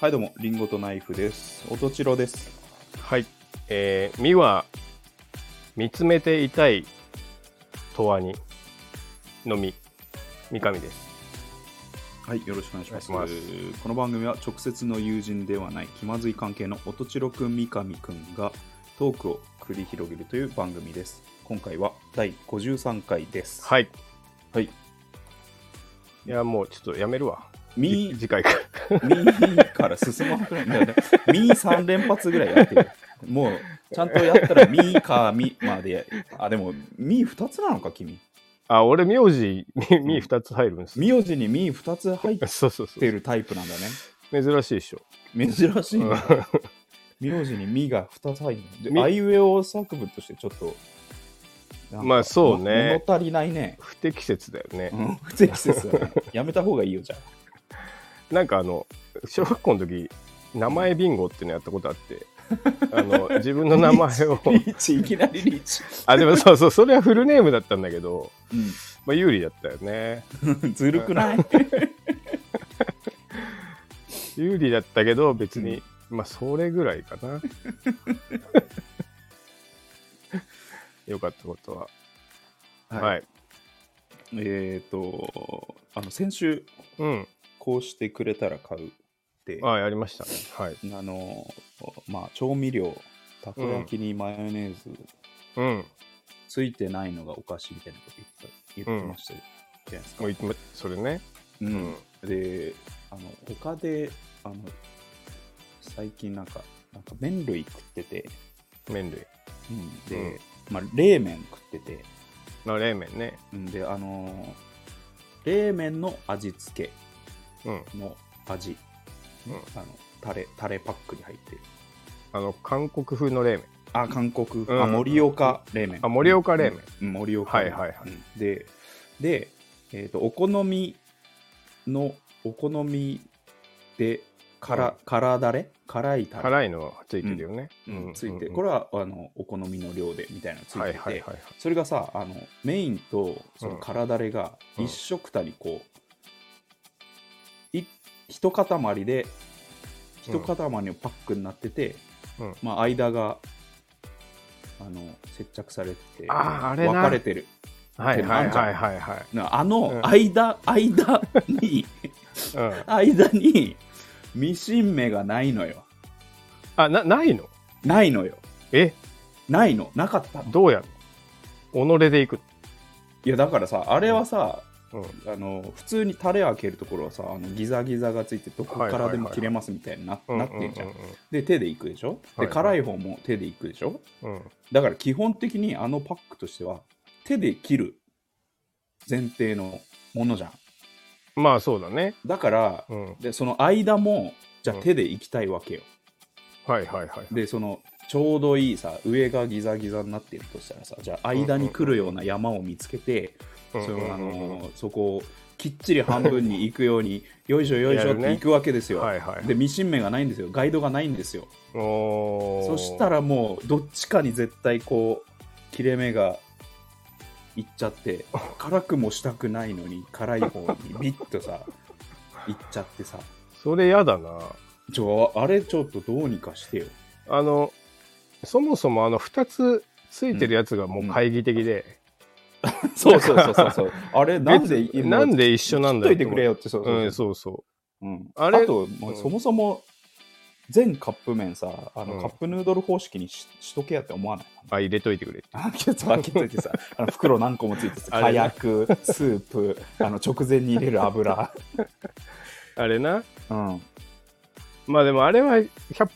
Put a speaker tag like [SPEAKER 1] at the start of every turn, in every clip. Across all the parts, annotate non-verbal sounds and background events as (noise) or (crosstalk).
[SPEAKER 1] はい、どうも、リンゴとナイフです。おとちろです。
[SPEAKER 2] はい。えー、美は見つめていたいとわにのみ、三上です。
[SPEAKER 1] はい、よろしくお願いします。
[SPEAKER 2] お願いし
[SPEAKER 1] この番組は直接の友人ではない気まずい関係のおとちろくん、三上くんがトークを繰り広げるという番組です。今回は第53回です。
[SPEAKER 2] はい。
[SPEAKER 1] はい。
[SPEAKER 2] いや、もうちょっとやめるわ。
[SPEAKER 1] み
[SPEAKER 2] じ次回から。 (laughs)
[SPEAKER 1] みーから進まなくないんだよ (laughs) ね。みー3連発ぐらいやってる。もう、ちゃんとやった (laughs) らみーかみまでや。あ、でも、みー2つなのか、君。
[SPEAKER 2] あ、俺、名字、み、み二つ入るんです。
[SPEAKER 1] 名字にみー2つ入っ
[SPEAKER 2] (laughs) そうそうそ
[SPEAKER 1] て
[SPEAKER 2] う。
[SPEAKER 1] るタイプなんだね。
[SPEAKER 2] 珍しいでしょ。
[SPEAKER 1] 珍しいね
[SPEAKER 2] うん
[SPEAKER 1] (laughs) 名字に「み」が2つ入るので
[SPEAKER 2] み
[SPEAKER 1] あいうえお作文としてちょっとなんか
[SPEAKER 2] まあそうね
[SPEAKER 1] も物足りないね、
[SPEAKER 2] 不適切だよね
[SPEAKER 1] う。ん、不適切だ
[SPEAKER 2] (laughs)
[SPEAKER 1] ねやめた方がいいよじゃあ
[SPEAKER 2] なんかあの、小学校の時、名前ビンゴっていうのやったことあって、あの、自分の名前
[SPEAKER 1] (laughs)
[SPEAKER 2] を、
[SPEAKER 1] リーチいきなりリーチ、
[SPEAKER 2] あ、でもそうそう、それはフルネームだったんだけど、
[SPEAKER 1] う
[SPEAKER 2] まあ、有利だったよね。
[SPEAKER 1] ん、 (laughs) ずるく
[SPEAKER 2] (laughs)
[SPEAKER 1] ない
[SPEAKER 2] 有利だったけど別に、まあそれぐらいか
[SPEAKER 1] (laughs)
[SPEAKER 2] なよかったことははい、
[SPEAKER 1] えっ、とあの先週
[SPEAKER 2] うん
[SPEAKER 1] こうしてくれたら買うって
[SPEAKER 2] あやりましたねはい
[SPEAKER 1] あのまあ調味料たこ焼きにマヨネーズ
[SPEAKER 2] うんも
[SPEAKER 1] ついてないのがおかしいみたいなこと言って言ってましたよ、じゃないですか
[SPEAKER 2] ういつもそれね
[SPEAKER 1] う、
[SPEAKER 2] うん
[SPEAKER 1] であの他であの最近なんかなんか麺類食ってて、
[SPEAKER 2] 麺類
[SPEAKER 1] うんで、
[SPEAKER 2] うん
[SPEAKER 1] まあ、冷麺食ってて、
[SPEAKER 2] まあ冷麺ね
[SPEAKER 1] うん、であのー冷麺の味付
[SPEAKER 2] うん
[SPEAKER 1] けの味、
[SPEAKER 2] うん
[SPEAKER 1] あのタレタレパックに入ってる
[SPEAKER 2] あの韓国風の冷麺
[SPEAKER 1] あ韓国、
[SPEAKER 2] うん
[SPEAKER 1] あ盛岡冷麺
[SPEAKER 2] あ盛岡冷麺、
[SPEAKER 1] うん盛岡冷麺
[SPEAKER 2] はいはいはい
[SPEAKER 1] うんでで、えー、とお好みのお好みでから、からだれ辛いタレ
[SPEAKER 2] 辛いのついてるよね、
[SPEAKER 1] うんついて、これ
[SPEAKER 2] は
[SPEAKER 1] はあのお好みの量でみたいなのついてて、
[SPEAKER 2] はいはいはいはい
[SPEAKER 1] それがさあのメインとその体れが
[SPEAKER 2] うん
[SPEAKER 1] 一食たにこう、い一塊で
[SPEAKER 2] うん
[SPEAKER 1] 一塊のパックになってて、
[SPEAKER 2] うん
[SPEAKER 1] まあ、間があの接着されてて
[SPEAKER 2] あーあれ
[SPEAKER 1] 分
[SPEAKER 2] な
[SPEAKER 1] かれてる
[SPEAKER 2] はいはいはいはいはい
[SPEAKER 1] なあ
[SPEAKER 2] う
[SPEAKER 1] の
[SPEAKER 2] ん
[SPEAKER 1] 間、間に (laughs)
[SPEAKER 2] うん
[SPEAKER 1] 間にミシン目がないのよ
[SPEAKER 2] あなないの
[SPEAKER 1] ないのよ
[SPEAKER 2] え
[SPEAKER 1] ないのなかった
[SPEAKER 2] どうやるの己で行く
[SPEAKER 1] いやだからさあれはさ、
[SPEAKER 2] の、うん、
[SPEAKER 1] あの普通にタレ開けるところはさあのギザギザがついてどこからでも切れますみたいにな,、
[SPEAKER 2] うん
[SPEAKER 1] なってんじゃん,、
[SPEAKER 2] うん
[SPEAKER 1] で手でいくでしょで、
[SPEAKER 2] はいはい
[SPEAKER 1] 辛い方も手でいくでしょ
[SPEAKER 2] うんうん
[SPEAKER 1] だから基本的にあのパックとしては手で切る前提のものじゃん
[SPEAKER 2] まあそうだね
[SPEAKER 1] だから、
[SPEAKER 2] うんはい
[SPEAKER 1] でその間もじゃあ
[SPEAKER 2] うん
[SPEAKER 1] 手でいきたいわけよ、
[SPEAKER 2] はいはい
[SPEAKER 1] でそのちょうどいいさ上がギザギザになってるとしたらさじゃあ間に来るような山を見つけて、
[SPEAKER 2] うん
[SPEAKER 1] そのあ
[SPEAKER 2] うんうんうん
[SPEAKER 1] のーそこをきっちり半分に行くよう
[SPEAKER 2] (laughs)
[SPEAKER 1] によいしょよいしょ
[SPEAKER 2] や
[SPEAKER 1] っ
[SPEAKER 2] る
[SPEAKER 1] て
[SPEAKER 2] ね
[SPEAKER 1] 行くわけですよ、
[SPEAKER 2] はいはい
[SPEAKER 1] でミシン目がないんですよガイドがないんですよ
[SPEAKER 2] お
[SPEAKER 1] そした
[SPEAKER 2] ら
[SPEAKER 1] らもうどっちかに絶対こう切れ目がいっちゃって辛くもしたくないのに辛い方にビッと
[SPEAKER 2] (laughs)
[SPEAKER 1] さいっちゃってさ
[SPEAKER 2] それやだな
[SPEAKER 1] ちょあれちょっとどうにかしてよ
[SPEAKER 2] あのそもそもあの2つついてるやつがもう懐疑的で、
[SPEAKER 1] そうそうそうそうそう (laughs) あれなんで
[SPEAKER 2] 別なんで一緒なんだ
[SPEAKER 1] 切っといてくれよってそうそうそう
[SPEAKER 2] うん、そうそ
[SPEAKER 1] うん、あ
[SPEAKER 2] あれ
[SPEAKER 1] と、もう
[SPEAKER 2] うん
[SPEAKER 1] そもそも全カップ麺さあの、
[SPEAKER 2] うん
[SPEAKER 1] カップヌードル方式にししとけやって思わない (laughs)
[SPEAKER 2] うあ入れといてくれ
[SPEAKER 1] あのケツ開けといてさあの袋何個もついてさ
[SPEAKER 2] あ
[SPEAKER 1] 火
[SPEAKER 2] れね
[SPEAKER 1] 薬スープあの直前に入れる油、
[SPEAKER 2] あれな
[SPEAKER 1] (laughs) うん、うん
[SPEAKER 2] まあでもあれは100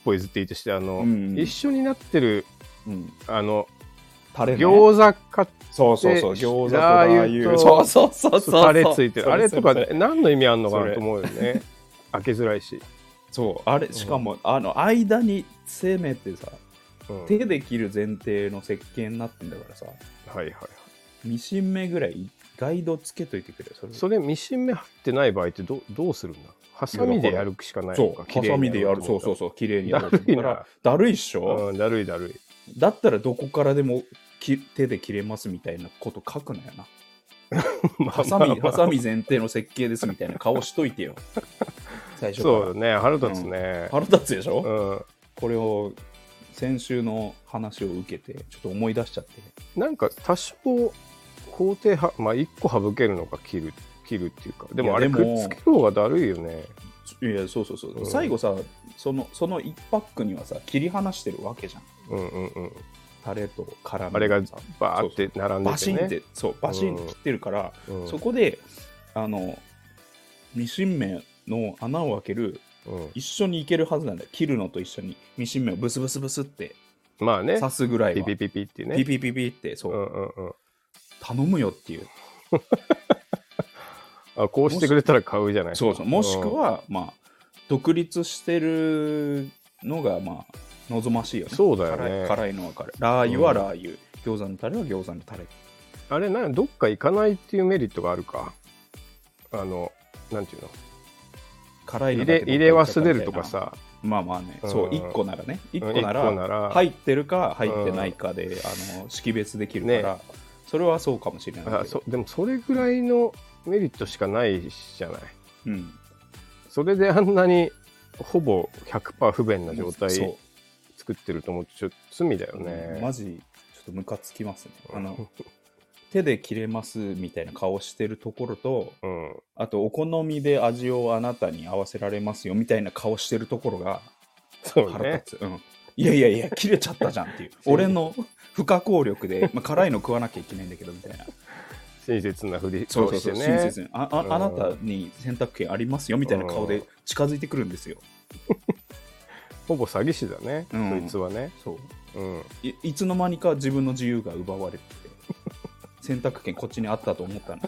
[SPEAKER 2] 歩譲っていいとしてあの、
[SPEAKER 1] うん
[SPEAKER 2] 一緒になってるあの
[SPEAKER 1] タレね
[SPEAKER 2] 餃子か
[SPEAKER 1] そうそうそう
[SPEAKER 2] で
[SPEAKER 1] 餃子とラ
[SPEAKER 2] ラー
[SPEAKER 1] ー
[SPEAKER 2] 油
[SPEAKER 1] 油
[SPEAKER 2] と
[SPEAKER 1] そうそうそうそう
[SPEAKER 2] タレついてる
[SPEAKER 1] そ
[SPEAKER 2] あ
[SPEAKER 1] れ
[SPEAKER 2] れ
[SPEAKER 1] それ
[SPEAKER 2] とか
[SPEAKER 1] それ
[SPEAKER 2] 何の意味あんのか
[SPEAKER 1] そ
[SPEAKER 2] な
[SPEAKER 1] れ
[SPEAKER 2] と思うよね開けづらいし、
[SPEAKER 1] そうあれしかも、あの間にせめてさ
[SPEAKER 2] うん、はい
[SPEAKER 1] 手で切る前提の設計になってんだからさ
[SPEAKER 2] はいはい
[SPEAKER 1] ミシン目ぐらいガイドつけといてくれよそれ
[SPEAKER 2] それミシン目入ってない場合ってどうどうするんだハサミでやるしかない
[SPEAKER 1] そ
[SPEAKER 2] の
[SPEAKER 1] う、
[SPEAKER 2] か
[SPEAKER 1] ハサミでやる。そうそう
[SPEAKER 2] そ
[SPEAKER 1] そう、綺麗にやる。だ
[SPEAKER 2] だるいな
[SPEAKER 1] から、だるいっしょ、
[SPEAKER 2] うん、だるいだるい
[SPEAKER 1] だったらどこからでもき手で切れますみたいなこと書くなよ (laughs) な。
[SPEAKER 2] ま
[SPEAKER 1] (laughs)
[SPEAKER 2] あ
[SPEAKER 1] ハサミ、ハサミ前提の設計ですみたいな顔しといてよ。最初
[SPEAKER 2] (laughs) そう
[SPEAKER 1] か
[SPEAKER 2] だね、腹立つね
[SPEAKER 1] ら。腹立つでしょ、
[SPEAKER 2] うん。
[SPEAKER 1] これを先週の話を受けてちょっと思い出しちゃって
[SPEAKER 2] なんか多少工程は、まあ一個省けるのか切る、切るっていうか。で
[SPEAKER 1] い
[SPEAKER 2] も
[SPEAKER 1] や
[SPEAKER 2] あれ
[SPEAKER 1] で
[SPEAKER 2] く
[SPEAKER 1] も
[SPEAKER 2] っつける方がだるいよね。
[SPEAKER 1] いやそうそうそう、
[SPEAKER 2] うん
[SPEAKER 1] 最後さそのその1パックにはさ切り離してるわけじゃん
[SPEAKER 2] うんうんうん。
[SPEAKER 1] タレと辛み
[SPEAKER 2] あれが
[SPEAKER 1] とさ
[SPEAKER 2] バーって並んで
[SPEAKER 1] バ
[SPEAKER 2] て
[SPEAKER 1] シンっ
[SPEAKER 2] ね。
[SPEAKER 1] てそうバシンって切ってるから、
[SPEAKER 2] うん
[SPEAKER 1] そこであのミシン麺の穴を開ける
[SPEAKER 2] うん
[SPEAKER 1] 一緒にいけるはずなんだよ切るのと一緒にミシン麺をブスブスブスって
[SPEAKER 2] まあね、
[SPEAKER 1] 刺すぐらい
[SPEAKER 2] ピ
[SPEAKER 1] は
[SPEAKER 2] ピ
[SPEAKER 1] ピ
[SPEAKER 2] ピピってね。
[SPEAKER 1] ピピピってそうう、
[SPEAKER 2] んうんうん。
[SPEAKER 1] 頼むよっていう
[SPEAKER 2] あ、こうしてくれたら買うじゃない
[SPEAKER 1] そうそうもしく、は、まあ独立してるのがまあ望ましいよね
[SPEAKER 2] そうだよ
[SPEAKER 1] 辛
[SPEAKER 2] ね
[SPEAKER 1] い辛いのは辛いラー油はラー油、餃子のタレは餃子のタレ
[SPEAKER 2] うんあれなんどっか行かないっていうメリットがあるかあのなんていうの
[SPEAKER 1] 辛いの
[SPEAKER 2] 入
[SPEAKER 1] だけ
[SPEAKER 2] れ
[SPEAKER 1] ど
[SPEAKER 2] 入れ忘れるとかさ
[SPEAKER 1] まあまあね、
[SPEAKER 2] うん
[SPEAKER 1] そう1個ならね
[SPEAKER 2] 一
[SPEAKER 1] 1個なら
[SPEAKER 2] い
[SPEAKER 1] 入ってるか入ってないかで、あの識別できるから、それはそうかもしれないけど
[SPEAKER 2] あそでもそれぐらいのメリットしかないじゃない
[SPEAKER 1] うん、
[SPEAKER 2] それであんなにほぼ100%不便な状態
[SPEAKER 1] そ
[SPEAKER 2] 作ってると思ってちょっと罪だよ
[SPEAKER 1] う、
[SPEAKER 2] ね、
[SPEAKER 1] マジちょっとムカつきますねあの手で切れますみたいな顔してるところと
[SPEAKER 2] うん
[SPEAKER 1] あとお好みで味をあなたに合わせられますよみたいな顔してるところが
[SPEAKER 2] そう
[SPEAKER 1] 腹
[SPEAKER 2] ね
[SPEAKER 1] 立つ、うん、いやいやいや切れちゃったじゃんっていう俺の不可抗力で、まあ、辛いの食わなきゃいけないんだけどみたいな
[SPEAKER 2] 親切なふり
[SPEAKER 1] そう
[SPEAKER 2] を
[SPEAKER 1] そう
[SPEAKER 2] し
[SPEAKER 1] そ
[SPEAKER 2] て
[SPEAKER 1] う、
[SPEAKER 2] ね
[SPEAKER 1] 親切にあ
[SPEAKER 2] うん
[SPEAKER 1] ああなたに選択権ありますよみたいな顔
[SPEAKER 2] う
[SPEAKER 1] で
[SPEAKER 2] ん
[SPEAKER 1] 近づいてくるんですよ、
[SPEAKER 2] ほぼ詐欺師だね、
[SPEAKER 1] うん
[SPEAKER 2] そいつはね、
[SPEAKER 1] そう
[SPEAKER 2] うん、
[SPEAKER 1] いいつの間にか自分の自由が奪われ
[SPEAKER 2] (laughs)
[SPEAKER 1] てて選択権こっちにあったと思ったの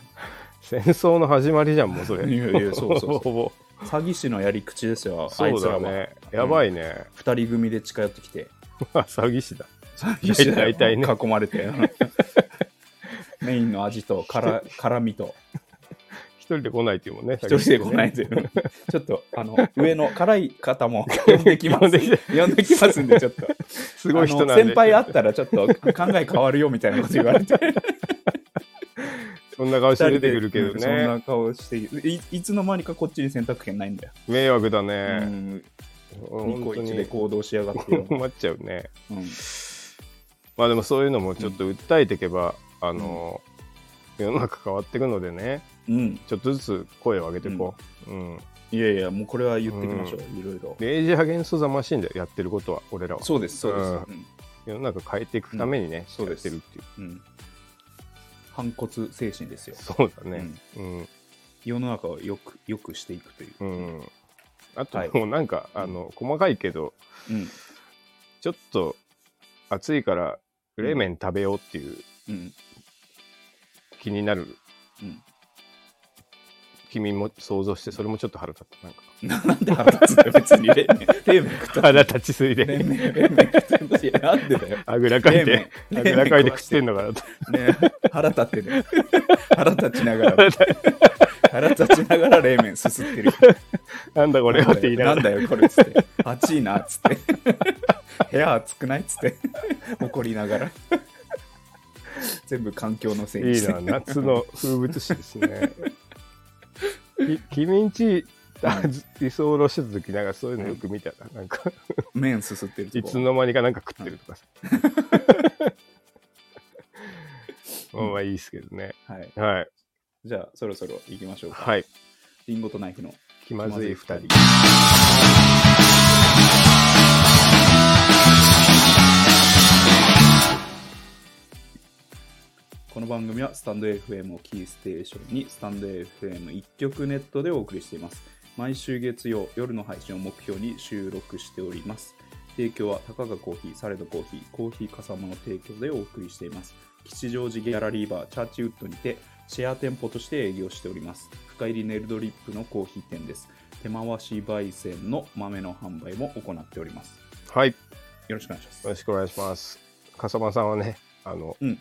[SPEAKER 2] 戦争の始まりじゃんもうそ
[SPEAKER 1] (laughs)
[SPEAKER 2] れ
[SPEAKER 1] いやいやそうそうそう
[SPEAKER 2] (laughs) ほぼほぼ
[SPEAKER 1] 詐欺師のやり口ですよあ
[SPEAKER 2] そ
[SPEAKER 1] いうつら
[SPEAKER 2] だ
[SPEAKER 1] は、
[SPEAKER 2] ね。やばいね。
[SPEAKER 1] 2人組で近寄ってきて
[SPEAKER 2] 詐欺師だ。
[SPEAKER 1] 詐欺師だよ
[SPEAKER 2] 大体ね
[SPEAKER 1] 囲まれ
[SPEAKER 2] (laughs)
[SPEAKER 1] てメインの味と辛辛みと
[SPEAKER 2] 一人で来ないっていうもんね。
[SPEAKER 1] 一人で来ない
[SPEAKER 2] い。
[SPEAKER 1] んで、
[SPEAKER 2] (laughs)
[SPEAKER 1] ちょっとあの上の辛い方も呼んできます
[SPEAKER 2] 呼んでき
[SPEAKER 1] 呼んできますんでちょっと。
[SPEAKER 2] すごい人
[SPEAKER 1] あの
[SPEAKER 2] なんで。
[SPEAKER 1] 先輩あったらちょっと考え変わるよみたいなこと言われて
[SPEAKER 2] そんな顔して出てくるけど
[SPEAKER 1] そん
[SPEAKER 2] ね。
[SPEAKER 1] な顔していいつの間にかこっちに選択権ないんだよ、
[SPEAKER 2] 迷惑だ
[SPEAKER 1] う
[SPEAKER 2] ね。
[SPEAKER 1] ん、ニ
[SPEAKER 2] 本
[SPEAKER 1] コ
[SPEAKER 2] 当
[SPEAKER 1] イチで
[SPEAKER 2] に
[SPEAKER 1] 行動しやがって
[SPEAKER 2] (laughs)
[SPEAKER 1] よ、
[SPEAKER 2] 困っちゃうね。
[SPEAKER 1] うん、
[SPEAKER 2] まあでもそういうのもちょっと訴えていけば、あの、世の中変わっていくのでね、
[SPEAKER 1] うん、
[SPEAKER 2] ちょっとずつ声を上げていこう。うん。
[SPEAKER 1] いやいやもうこれは言ってきましょう、いろいろ
[SPEAKER 2] レイジ・ハゲンス・ザ・マシンだよ、やってることは、俺らは。
[SPEAKER 1] そうですそうです、
[SPEAKER 2] うん
[SPEAKER 1] うん
[SPEAKER 2] 世の中変えていくためにね、
[SPEAKER 1] うん
[SPEAKER 2] やってるっていう。
[SPEAKER 1] うん反骨精神ですよ、
[SPEAKER 2] そうだ
[SPEAKER 1] う
[SPEAKER 2] ね。
[SPEAKER 1] ん
[SPEAKER 2] うん。
[SPEAKER 1] 世の中をよくよくしていくという、
[SPEAKER 2] うん、あと
[SPEAKER 1] はい
[SPEAKER 2] もうなんか、あの細かいけど
[SPEAKER 1] うん
[SPEAKER 2] ちょっと暑いから冷麺食べようっていう
[SPEAKER 1] うん (laughs)
[SPEAKER 2] 気になる
[SPEAKER 1] うん、
[SPEAKER 2] 君も想像してそれもちょっと腹立ったなんか
[SPEAKER 1] ななんで腹立つんだよ別に冷麺冷麺食った
[SPEAKER 2] (laughs) 腹立ちすぎ
[SPEAKER 1] 冷
[SPEAKER 2] て
[SPEAKER 1] 麺冷麺食ったいやなんでだよ
[SPEAKER 2] (laughs) あぐらかいて
[SPEAKER 1] 冷
[SPEAKER 2] あ
[SPEAKER 1] 麺
[SPEAKER 2] ぐらかいて食ってんのかなと
[SPEAKER 1] ね、腹立ってる。腹立ちながら。腹立ちながら冷麺すすってる。
[SPEAKER 2] なんだこれはって言 (laughs) いなが
[SPEAKER 1] ん
[SPEAKER 2] ら
[SPEAKER 1] だよ、これっつって。暑いなっつって。 (laughs) 部屋暑くないっつって。 (laughs) 怒りながら。全部環境のせいに
[SPEAKER 2] いい
[SPEAKER 1] して。
[SPEAKER 2] な
[SPEAKER 1] (laughs)
[SPEAKER 2] 夏の風物詩です (laughs) ねき君んちあ理想おろしてた時なんかそういうのよく見たななんか
[SPEAKER 1] 麺すすってると
[SPEAKER 2] い
[SPEAKER 1] こ
[SPEAKER 2] つの間にかなんか食ってると (laughs) かさ。まあまあいいですけどね。
[SPEAKER 1] はい。
[SPEAKER 2] はい。
[SPEAKER 1] じゃあ、そろそろ行きましょうか。
[SPEAKER 2] はい。
[SPEAKER 1] リンゴとナイフの
[SPEAKER 2] 気まずい二人。
[SPEAKER 1] この番組はスタンド FM をキーステーションにスタンド FM 一曲ネットでお送りしています。毎週月曜夜の配信を目標に収録しております。提供は高がコーヒー、サレドコーヒー、コーヒーかさまの提供でお送りしています。吉祥寺ギャラリーバーチャーチウッドにてシェア店舗として営業しております。深入りネルドリップのコーヒー店です。手回し焙煎の豆の販売も行っております。
[SPEAKER 2] はい。
[SPEAKER 1] よ
[SPEAKER 2] よ
[SPEAKER 1] ろしくお願いします。
[SPEAKER 2] ろしくお願いします。笠間さんはね、あの、
[SPEAKER 1] うん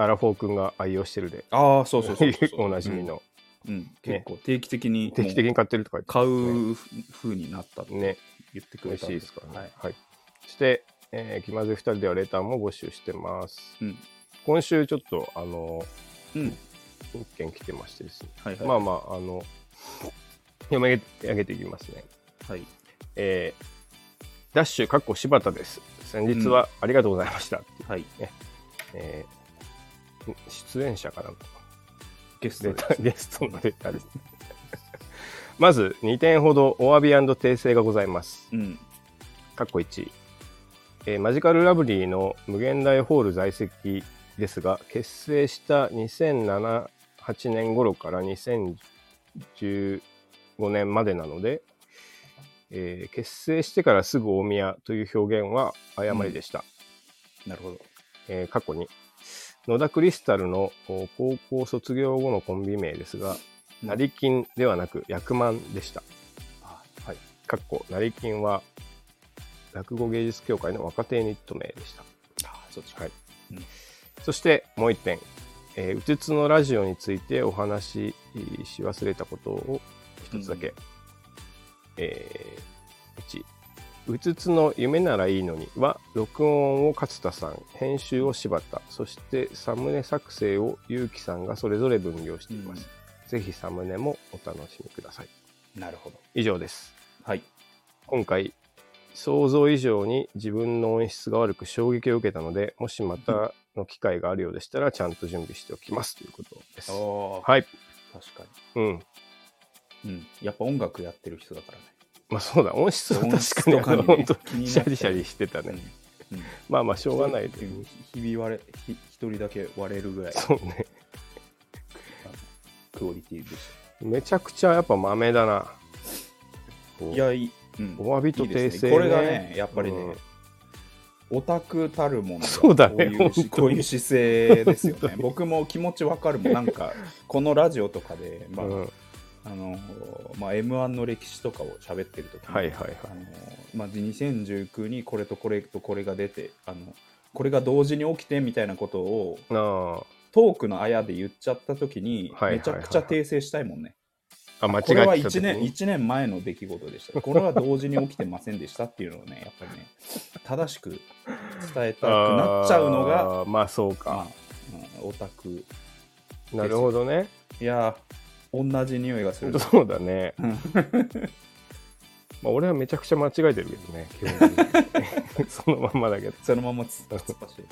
[SPEAKER 2] アラフォー君が愛用してるで、
[SPEAKER 1] ああ、そうそうそうそう
[SPEAKER 2] (laughs) おなじみの、
[SPEAKER 1] うん。うん結構定期的にもう
[SPEAKER 2] 定期的に買ってるとか
[SPEAKER 1] 買うふうになったって
[SPEAKER 2] ね、
[SPEAKER 1] 言ってく
[SPEAKER 2] 美
[SPEAKER 1] れ
[SPEAKER 2] 味
[SPEAKER 1] た
[SPEAKER 2] し
[SPEAKER 1] ん
[SPEAKER 2] い
[SPEAKER 1] で
[SPEAKER 2] で
[SPEAKER 1] す
[SPEAKER 2] すから
[SPEAKER 1] は
[SPEAKER 2] ね
[SPEAKER 1] い。
[SPEAKER 2] はい。そして、えー気まずい二人ではレターも募集してます。
[SPEAKER 1] うん
[SPEAKER 2] 今週ちょっと、あの、
[SPEAKER 1] うん
[SPEAKER 2] 一件来てましてですね。
[SPEAKER 1] はいはい
[SPEAKER 2] まあまあ、あの、読み上げていきますね。
[SPEAKER 1] はい。
[SPEAKER 2] えーダッシュ、かっこ柴田です。先日はありがとうございました。
[SPEAKER 1] はい。
[SPEAKER 2] えー出演者かな
[SPEAKER 1] ゲス
[SPEAKER 2] デ
[SPEAKER 1] ト
[SPEAKER 2] ー
[SPEAKER 1] で
[SPEAKER 2] タゲストのデータです。 (laughs) まず2点ほどお詫び訂正がございます。
[SPEAKER 1] うん。
[SPEAKER 2] かっこ1、えーマジカルラブリーの無限大ホール在籍ですが、結成した2007、8年頃から2015年までなので、えー結成してからすぐ大宮という表現は誤りでした。
[SPEAKER 1] なるほど。
[SPEAKER 2] えー過去に野田クリスタルのお高校卒業後のコンビ名ですが成金ではなく役満でした
[SPEAKER 1] あはい。
[SPEAKER 2] かっこ成金は落語芸術協会の若手ユニット名でした
[SPEAKER 1] あそっちか。
[SPEAKER 2] はい
[SPEAKER 1] うん
[SPEAKER 2] そしてもう一点、えー、うつつのラジオについてお話しし忘れたことを一つだけ、
[SPEAKER 1] うん
[SPEAKER 2] えー、1うつつの夢ならいいのには録音を勝田さん編集を柴田そしてサムネ作成を結城さんがそれぞれ分業しています、ぜひサムネもお楽しみください
[SPEAKER 1] なるほど。
[SPEAKER 2] 以上です
[SPEAKER 1] はい。
[SPEAKER 2] 今回想像以上に自分の音質が悪く衝撃を受けたのでもしまたの機会があるようでしたらちゃんと準備しておきますということです
[SPEAKER 1] ああ、
[SPEAKER 2] はい
[SPEAKER 1] 確か
[SPEAKER 2] うん
[SPEAKER 1] に。うん。やっぱ音楽やってる人だからね。
[SPEAKER 2] まあそうだ音質は
[SPEAKER 1] 音質
[SPEAKER 2] 確かに
[SPEAKER 1] とか
[SPEAKER 2] あ
[SPEAKER 1] に
[SPEAKER 2] の
[SPEAKER 1] ね
[SPEAKER 2] 本当
[SPEAKER 1] 気になっちゃう
[SPEAKER 2] シャリシャリしてたね
[SPEAKER 1] うん。うん
[SPEAKER 2] まあまあしょうがないで
[SPEAKER 1] ひび割れ、ひ一人だけ割れるぐらい
[SPEAKER 2] そうね
[SPEAKER 1] クオリティでし
[SPEAKER 2] めちゃくちゃやっぱ豆だな
[SPEAKER 1] た。
[SPEAKER 2] こう
[SPEAKER 1] いや、いい。うん
[SPEAKER 2] お詫びと
[SPEAKER 1] いいですね
[SPEAKER 2] 訂正ね
[SPEAKER 1] これがね、やっぱり
[SPEAKER 2] う
[SPEAKER 1] ね
[SPEAKER 2] ん、
[SPEAKER 1] オタクたるものが
[SPEAKER 2] そうだね
[SPEAKER 1] こいうし
[SPEAKER 2] 本当に
[SPEAKER 1] こういう姿勢ですよ
[SPEAKER 2] (laughs)
[SPEAKER 1] ね。僕も気持ちわかるもん。なんか、このラジオとかで、まあ、
[SPEAKER 2] うん
[SPEAKER 1] あのまあ、m 1の歴史とかを喋ってる時に、
[SPEAKER 2] はいはいはい
[SPEAKER 1] あのまあ、2019にこれとこれとこれが出てあのこれが同時に起きてみたいなことを
[SPEAKER 2] あ
[SPEAKER 1] トークのあやで言っちゃった時に、
[SPEAKER 2] はいはいはいはい
[SPEAKER 1] めちゃくちゃ訂正したいもんね。
[SPEAKER 2] あ間違
[SPEAKER 1] これは
[SPEAKER 2] えてた
[SPEAKER 1] 1
[SPEAKER 2] 時
[SPEAKER 1] 年
[SPEAKER 2] に
[SPEAKER 1] 一年前の出来事でした。これは同時に起きてませんでしたっていうのをね、やっぱりね、正しく伝えたくなっちゃうのが、
[SPEAKER 2] あーまあそうか
[SPEAKER 1] まあうんオタク。
[SPEAKER 2] なるほどね
[SPEAKER 1] いやー、同じ匂いがする。 (laughs)
[SPEAKER 2] そうだね。
[SPEAKER 1] うん
[SPEAKER 2] まあ、俺はめちゃくちゃ間違えてるけどね、基本的に
[SPEAKER 1] (laughs)
[SPEAKER 2] そのまんまだけど。
[SPEAKER 1] そのままつ突っ走る。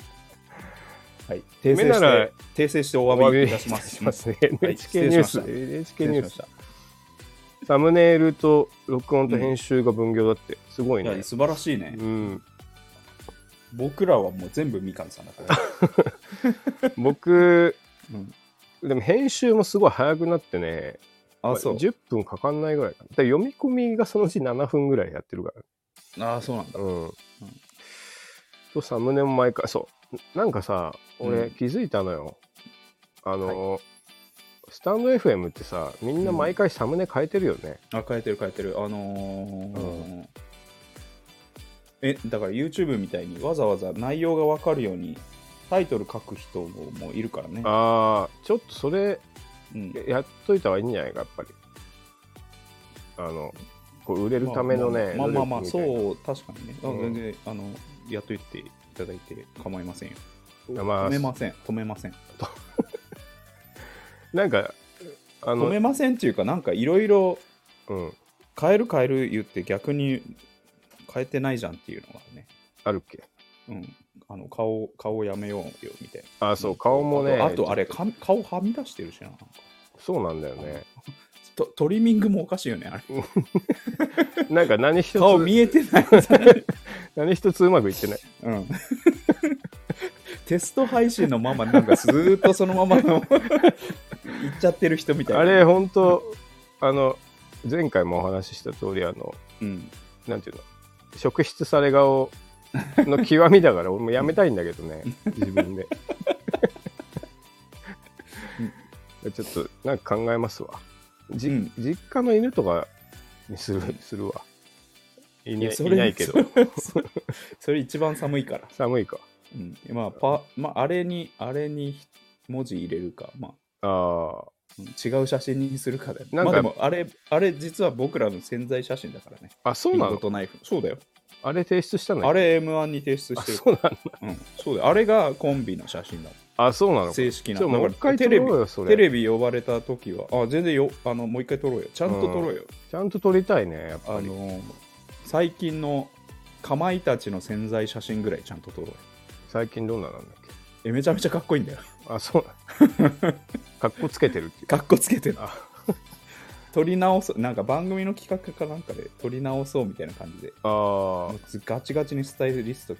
[SPEAKER 1] はい、訂
[SPEAKER 2] 夢
[SPEAKER 1] 正
[SPEAKER 2] な
[SPEAKER 1] し
[SPEAKER 2] ら
[SPEAKER 1] て、訂正してお詫びいたします。
[SPEAKER 2] (laughs) ね。
[SPEAKER 1] はい
[SPEAKER 2] NHK ニュース、
[SPEAKER 1] 失
[SPEAKER 2] NHK
[SPEAKER 1] 失
[SPEAKER 2] ニ
[SPEAKER 1] 礼しま
[SPEAKER 2] ュース
[SPEAKER 1] し。た。
[SPEAKER 2] サムネイルと録音と編集が分業だって、すごい
[SPEAKER 1] い
[SPEAKER 2] ね
[SPEAKER 1] や、。素晴らしいね
[SPEAKER 2] う。ん、
[SPEAKER 1] 僕らはもう全部みかんさんだから。
[SPEAKER 2] 僕、
[SPEAKER 1] うん
[SPEAKER 2] でも編集もすごい早くなってね、
[SPEAKER 1] あ、
[SPEAKER 2] まあ
[SPEAKER 1] そう。
[SPEAKER 2] 10分かかんないぐらいかな。だから読み込みがそのうち7分ぐらいやってるから。
[SPEAKER 1] あ、そうなんだ。
[SPEAKER 2] うん。とサムネも毎回そうなんかさ
[SPEAKER 1] う
[SPEAKER 2] 俺
[SPEAKER 1] ん
[SPEAKER 2] 気づいたのよ、あの、スタンド FM ってさみんな毎回サムネ変えてるよね、
[SPEAKER 1] あ、変えてる変えてる。あのーえ、だから YouTube みたいにわざわざ内容がわかるようにタイトル書く人ももういるからね。
[SPEAKER 2] ああちょっとそれ
[SPEAKER 1] うん
[SPEAKER 2] ややっといた方がいいんじゃないかやっぱりあのこう売れるためのね、
[SPEAKER 1] まあまあまあまあ、
[SPEAKER 2] 努力みたいな
[SPEAKER 1] そう、確かにね。あ
[SPEAKER 2] うん
[SPEAKER 1] 全然、あの、やっといていただいて構いませんよ。
[SPEAKER 2] まあ
[SPEAKER 1] 止めません、止めません。
[SPEAKER 2] なんかあ
[SPEAKER 1] 止
[SPEAKER 2] の
[SPEAKER 1] めませんっていうか、なんかいろいろ
[SPEAKER 2] うん
[SPEAKER 1] 変える変える言って逆に変えてないじゃんっていうのがね。
[SPEAKER 2] あるっけ
[SPEAKER 1] うん。あの顔、顔やめようよみたいな。
[SPEAKER 2] あそう顔もね
[SPEAKER 1] あとあとあれ、か顔はみ出してるしな。なんか
[SPEAKER 2] そうなんだよね
[SPEAKER 1] トトリミングもおかしいよね、あれ。
[SPEAKER 2] なんか何一つ
[SPEAKER 1] 顔見えてない。
[SPEAKER 2] 何一つうまくいってない
[SPEAKER 1] うん。テスト配信のまま、なんかずーっとそのまま (laughs) の行っちゃってる人みたいな。
[SPEAKER 2] あれ本当あの前回もお話しした通りあの
[SPEAKER 1] うん。
[SPEAKER 2] なんていうの職質され顔の極みだから俺もやめたいんだけどね自分でちょっとなんか考えますわじ、
[SPEAKER 1] うん
[SPEAKER 2] 実家の犬とかにするするわい
[SPEAKER 1] い
[SPEAKER 2] な
[SPEAKER 1] や
[SPEAKER 2] い
[SPEAKER 1] そ
[SPEAKER 2] い
[SPEAKER 1] れ
[SPEAKER 2] ないけど
[SPEAKER 1] (laughs) それそれ一番寒いから。
[SPEAKER 2] 寒いか
[SPEAKER 1] うん、まあ、パまあ、あれに、あれに文字入れるか、まあ、
[SPEAKER 2] あ
[SPEAKER 1] うん違う写真にするかだよね。
[SPEAKER 2] なん
[SPEAKER 1] ま
[SPEAKER 2] か
[SPEAKER 1] あでも、あれ、あれ実は僕らの潜在写真だからね。
[SPEAKER 2] ーあそうな
[SPEAKER 1] リンゴ
[SPEAKER 2] の
[SPEAKER 1] とナイフ。そうだよ。
[SPEAKER 2] ああれ提出したの
[SPEAKER 1] あれ M1 に提出
[SPEAKER 2] あ
[SPEAKER 1] してる
[SPEAKER 2] そうなんだ
[SPEAKER 1] うん、そうだよあれがコンビの写真だ
[SPEAKER 2] あそうなの
[SPEAKER 1] 正式な
[SPEAKER 2] ちょもう
[SPEAKER 1] だ
[SPEAKER 2] 一
[SPEAKER 1] からテ
[SPEAKER 2] 回撮
[SPEAKER 1] レビ
[SPEAKER 2] ろうよそれ
[SPEAKER 1] テレビ呼ばれた時はあ全然よあのもう一回撮ろうよちゃんと撮ろうよ、
[SPEAKER 2] ちゃんと撮りたいねやっぱ
[SPEAKER 1] あ
[SPEAKER 2] り
[SPEAKER 1] の最近のかまいたちの宣材写真ぐらいちゃんと撮ろうよ
[SPEAKER 2] 最近どんななんだっ
[SPEAKER 1] えめちゃめちゃかっこいいんだよ (laughs)
[SPEAKER 2] けあそうかっこつけてるっていう
[SPEAKER 1] かっこつけてる
[SPEAKER 2] あ
[SPEAKER 1] (laughs) 撮り直そうなんか番組の企画かなんかで撮り直そうみたいな感じで
[SPEAKER 2] あ
[SPEAKER 1] も
[SPEAKER 2] ー
[SPEAKER 1] うずガチガチにスタイリストき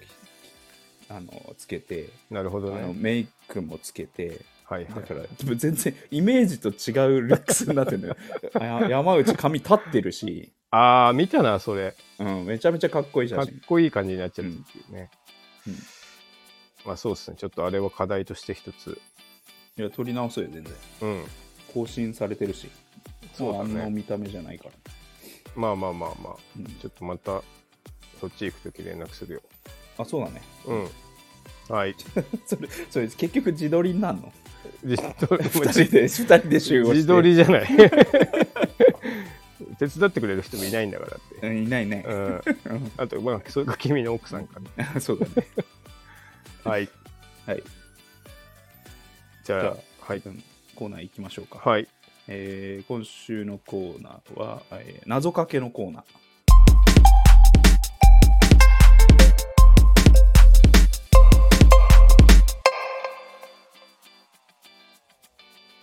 [SPEAKER 1] あのつけて、
[SPEAKER 2] なるほど
[SPEAKER 1] あの
[SPEAKER 2] ね
[SPEAKER 1] メイクもつけて
[SPEAKER 2] はい
[SPEAKER 1] だ
[SPEAKER 2] はい
[SPEAKER 1] から全然イメージと違うルックスになってる
[SPEAKER 2] (laughs)
[SPEAKER 1] のよあや山内髪立ってるし、
[SPEAKER 2] ああ見たなそれ
[SPEAKER 1] うん、めちゃめちゃかっこいい写
[SPEAKER 2] かっ
[SPEAKER 1] 真
[SPEAKER 2] こいい感じになっちゃってるっていうね、
[SPEAKER 1] うんうん
[SPEAKER 2] まあそうですねちょっとあれは課題として一つ
[SPEAKER 1] いや撮り直そうよ全然
[SPEAKER 2] うん
[SPEAKER 1] 更新されてるし
[SPEAKER 2] そうだね
[SPEAKER 1] もあんな見た目じゃないから、
[SPEAKER 2] まあまあまあまあ
[SPEAKER 1] うん
[SPEAKER 2] ちょっとまたそっち行くとき連絡するよ
[SPEAKER 1] あそう (laughs) だね
[SPEAKER 2] うん
[SPEAKER 1] (laughs)
[SPEAKER 2] はい
[SPEAKER 1] それそれ結局自撮りになるの
[SPEAKER 2] 自撮り
[SPEAKER 1] 2人で二人で集合して
[SPEAKER 2] 自撮りじゃない (laughs) 手伝ってくれる人もいないんだからっ
[SPEAKER 1] う
[SPEAKER 2] て、
[SPEAKER 1] んいないね
[SPEAKER 2] う、ん、あとまあそれか君の奥さんかね
[SPEAKER 1] (laughs) そうだね
[SPEAKER 2] はい
[SPEAKER 1] はい
[SPEAKER 2] じゃあ
[SPEAKER 1] じゃ
[SPEAKER 2] はい
[SPEAKER 1] うんコーナー行きましょうか、
[SPEAKER 2] はい
[SPEAKER 1] えー今週のコーナーは、えー謎かけのコーナー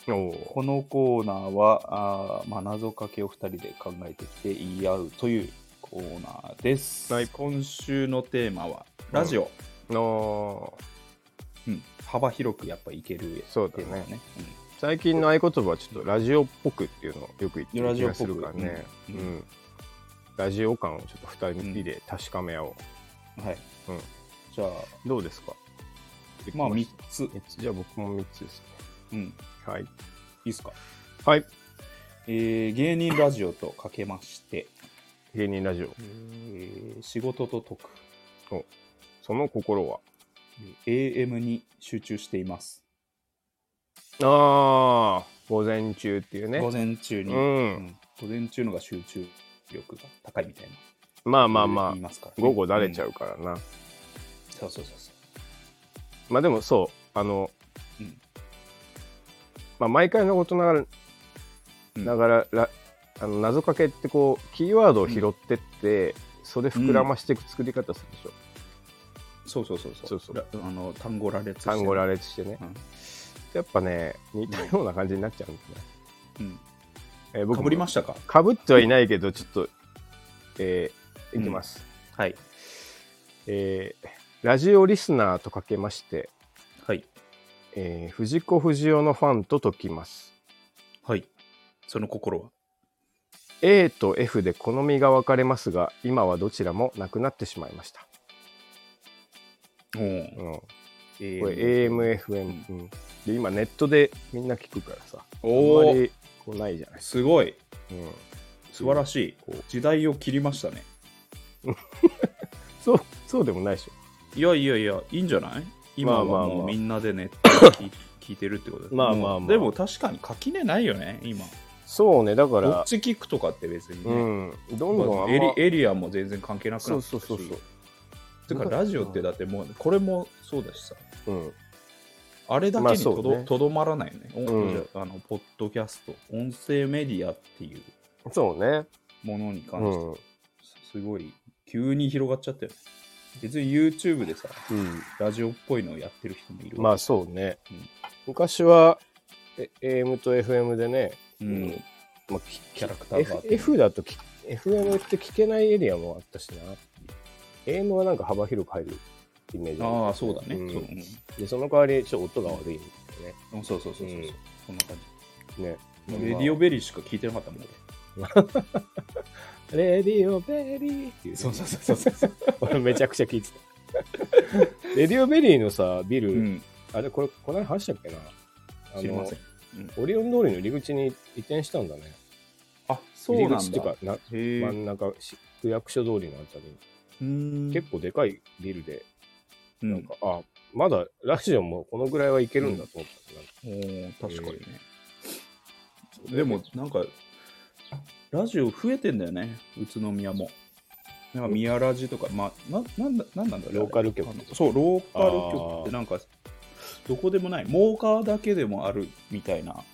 [SPEAKER 2] おお
[SPEAKER 1] このコーナーは、あーまあ、謎かけを2人で考えてきて言い合うというコーナーです。
[SPEAKER 2] はい
[SPEAKER 1] 今週のテーマは、ラジオ、
[SPEAKER 2] の
[SPEAKER 1] うん幅広くやっぱいける
[SPEAKER 2] そうだ
[SPEAKER 1] テーマだ
[SPEAKER 2] ね
[SPEAKER 1] ね。
[SPEAKER 2] 最近の合言葉はちょっとラジオっぽくっていうのをよく言って
[SPEAKER 1] ラ
[SPEAKER 2] る気
[SPEAKER 1] ジオっ
[SPEAKER 2] が
[SPEAKER 1] ぽ
[SPEAKER 2] す
[SPEAKER 1] く
[SPEAKER 2] るからね、
[SPEAKER 1] う
[SPEAKER 2] うんん
[SPEAKER 1] うん
[SPEAKER 2] ラジオ感をちょっと2人で確かめ合おう、
[SPEAKER 1] うんはい、
[SPEAKER 2] うん
[SPEAKER 1] じゃあ、
[SPEAKER 2] どうですか
[SPEAKER 1] まあ3つ、
[SPEAKER 2] 三つじゃあ僕も3つです
[SPEAKER 1] うん、い
[SPEAKER 2] ねはい
[SPEAKER 1] いっすか、
[SPEAKER 2] はい
[SPEAKER 1] えー芸人ラジオとかけまして、
[SPEAKER 2] 芸人ラジ
[SPEAKER 1] えー仕事と解く、
[SPEAKER 2] オおその心は
[SPEAKER 1] えー AM に集中しています。
[SPEAKER 2] ああ午前中っていうね
[SPEAKER 1] 午前中に、
[SPEAKER 2] うん
[SPEAKER 1] うん午前中のが集中力が高いみたいな。
[SPEAKER 2] まあまあま
[SPEAKER 1] 言い
[SPEAKER 2] あ
[SPEAKER 1] すからね
[SPEAKER 2] 午後だれちゃ
[SPEAKER 1] うん
[SPEAKER 2] うからな、
[SPEAKER 1] そうそうそうそう
[SPEAKER 2] まあでもそうあの、
[SPEAKER 1] うん
[SPEAKER 2] まあ毎回のことながら
[SPEAKER 1] うん
[SPEAKER 2] ながら、らあの謎かけってこうキーワードを拾ってって、それ膨らましていく作り方するでしょ、
[SPEAKER 1] そうそうそうそう
[SPEAKER 2] そうそう
[SPEAKER 1] らあの単語羅列して
[SPEAKER 2] 単語羅列してね、
[SPEAKER 1] うん
[SPEAKER 2] やっぱね似たような感じになっちゃうんですね、
[SPEAKER 1] うん
[SPEAKER 2] えー
[SPEAKER 1] かぶりま
[SPEAKER 2] し
[SPEAKER 1] したか
[SPEAKER 2] たかぶってはいないけどちょっとえーいきます、
[SPEAKER 1] はい
[SPEAKER 2] えーラジオリスナーとかけまして、
[SPEAKER 1] はい
[SPEAKER 2] えー藤子不二雄のファンと解きます
[SPEAKER 1] はいその心は
[SPEAKER 2] A と F で好みが分かれますが今はどちらもなくなってしまいました、
[SPEAKER 1] お
[SPEAKER 2] うん、
[SPEAKER 1] お
[SPEAKER 2] これ
[SPEAKER 1] a
[SPEAKER 2] AMFM、うん、で今ネットでみんな聞くからさあ
[SPEAKER 1] お
[SPEAKER 2] んま
[SPEAKER 1] ー
[SPEAKER 2] りこうないじゃない、
[SPEAKER 1] すごい
[SPEAKER 2] うん、
[SPEAKER 1] 素晴らしい
[SPEAKER 2] こう
[SPEAKER 1] 時代を切りましたね
[SPEAKER 2] そうそうでもないでしょ
[SPEAKER 1] いやいやいやいいんじゃない今は
[SPEAKER 2] まあまあまあ
[SPEAKER 1] もうみんなでネット
[SPEAKER 2] (coughs)
[SPEAKER 1] で聞い聞いてるってことだ
[SPEAKER 2] まあまあまあ
[SPEAKER 1] もうでも確かに垣根ないよね今
[SPEAKER 2] そうねだか
[SPEAKER 1] どっ
[SPEAKER 2] ら
[SPEAKER 1] ち聞くとかって別に
[SPEAKER 2] う
[SPEAKER 1] ね
[SPEAKER 2] んどんどんあん
[SPEAKER 1] エ
[SPEAKER 2] ま
[SPEAKER 1] リエリアも全然関係なく
[SPEAKER 2] そ
[SPEAKER 1] なっ
[SPEAKER 2] う
[SPEAKER 1] てきた
[SPEAKER 2] そう
[SPEAKER 1] し
[SPEAKER 2] そう
[SPEAKER 1] て
[SPEAKER 2] そ
[SPEAKER 1] かラジオってだってもうこれもそうだしさ
[SPEAKER 2] う、うん、
[SPEAKER 1] あれだけ
[SPEAKER 2] まあ
[SPEAKER 1] にと
[SPEAKER 2] そう
[SPEAKER 1] ど,、
[SPEAKER 2] ね
[SPEAKER 1] とどまらないよね、音
[SPEAKER 2] うん
[SPEAKER 1] じゃあのポッドキャスト音声メディアっていう
[SPEAKER 2] そうね、
[SPEAKER 1] ものに関して、
[SPEAKER 2] うん
[SPEAKER 1] すごい急に広がっちゃったよね別に YouTube でさ
[SPEAKER 2] うん、
[SPEAKER 1] ラジオっぽいのをやってる人もいる
[SPEAKER 2] まあ
[SPEAKER 1] あ
[SPEAKER 2] そうね、
[SPEAKER 1] うん
[SPEAKER 2] 昔はえ AM と FM でね、
[SPEAKER 1] うん
[SPEAKER 2] まあ、き
[SPEAKER 1] キャラクターがあっ
[SPEAKER 2] F,
[SPEAKER 1] て
[SPEAKER 2] F だとき FM って聞けないエリアもあったしな AM はなんか幅広く入るイメージる
[SPEAKER 1] ああそうだね、
[SPEAKER 2] うん
[SPEAKER 1] そううん
[SPEAKER 2] でその代わりちょっと音が悪いみたい
[SPEAKER 1] うんそうそうそうそう、
[SPEAKER 2] うん
[SPEAKER 1] そんな感
[SPEAKER 2] なね
[SPEAKER 1] じ、
[SPEAKER 2] うん
[SPEAKER 1] レディオベリーしか聞いてなかったもん俺
[SPEAKER 2] レディオベリーっていう
[SPEAKER 1] そうそうそうそうそう、
[SPEAKER 2] (laughs) 俺めちゃくちゃ聞いてた (laughs) レディオベリーのさビル、
[SPEAKER 1] うん、
[SPEAKER 2] あれこれこの間話したっけなあ
[SPEAKER 1] 知りま
[SPEAKER 2] の
[SPEAKER 1] せん
[SPEAKER 2] オリオン通りの入り口に移転したんだね
[SPEAKER 1] あそう
[SPEAKER 2] 入
[SPEAKER 1] な
[SPEAKER 2] り
[SPEAKER 1] ん
[SPEAKER 2] 口っていう
[SPEAKER 1] だ
[SPEAKER 2] かな
[SPEAKER 1] へ
[SPEAKER 2] 真
[SPEAKER 1] え
[SPEAKER 2] ん中し区役所通りのあたりに、結
[SPEAKER 1] 結
[SPEAKER 2] 構でかいビルで
[SPEAKER 1] 構
[SPEAKER 2] なんか、あまだラジオもこのぐらいはいけるんだと思った、なんか
[SPEAKER 1] おー確かにね、でもなんかラジオ増えてんだよね宇都宮もなんか宮ラジとか、まあ、ななんだなんなんだろう
[SPEAKER 2] ローカル局
[SPEAKER 1] そう、ローカル局ってなんか、どこでもない、モーカーだけでもあるみたいな、だ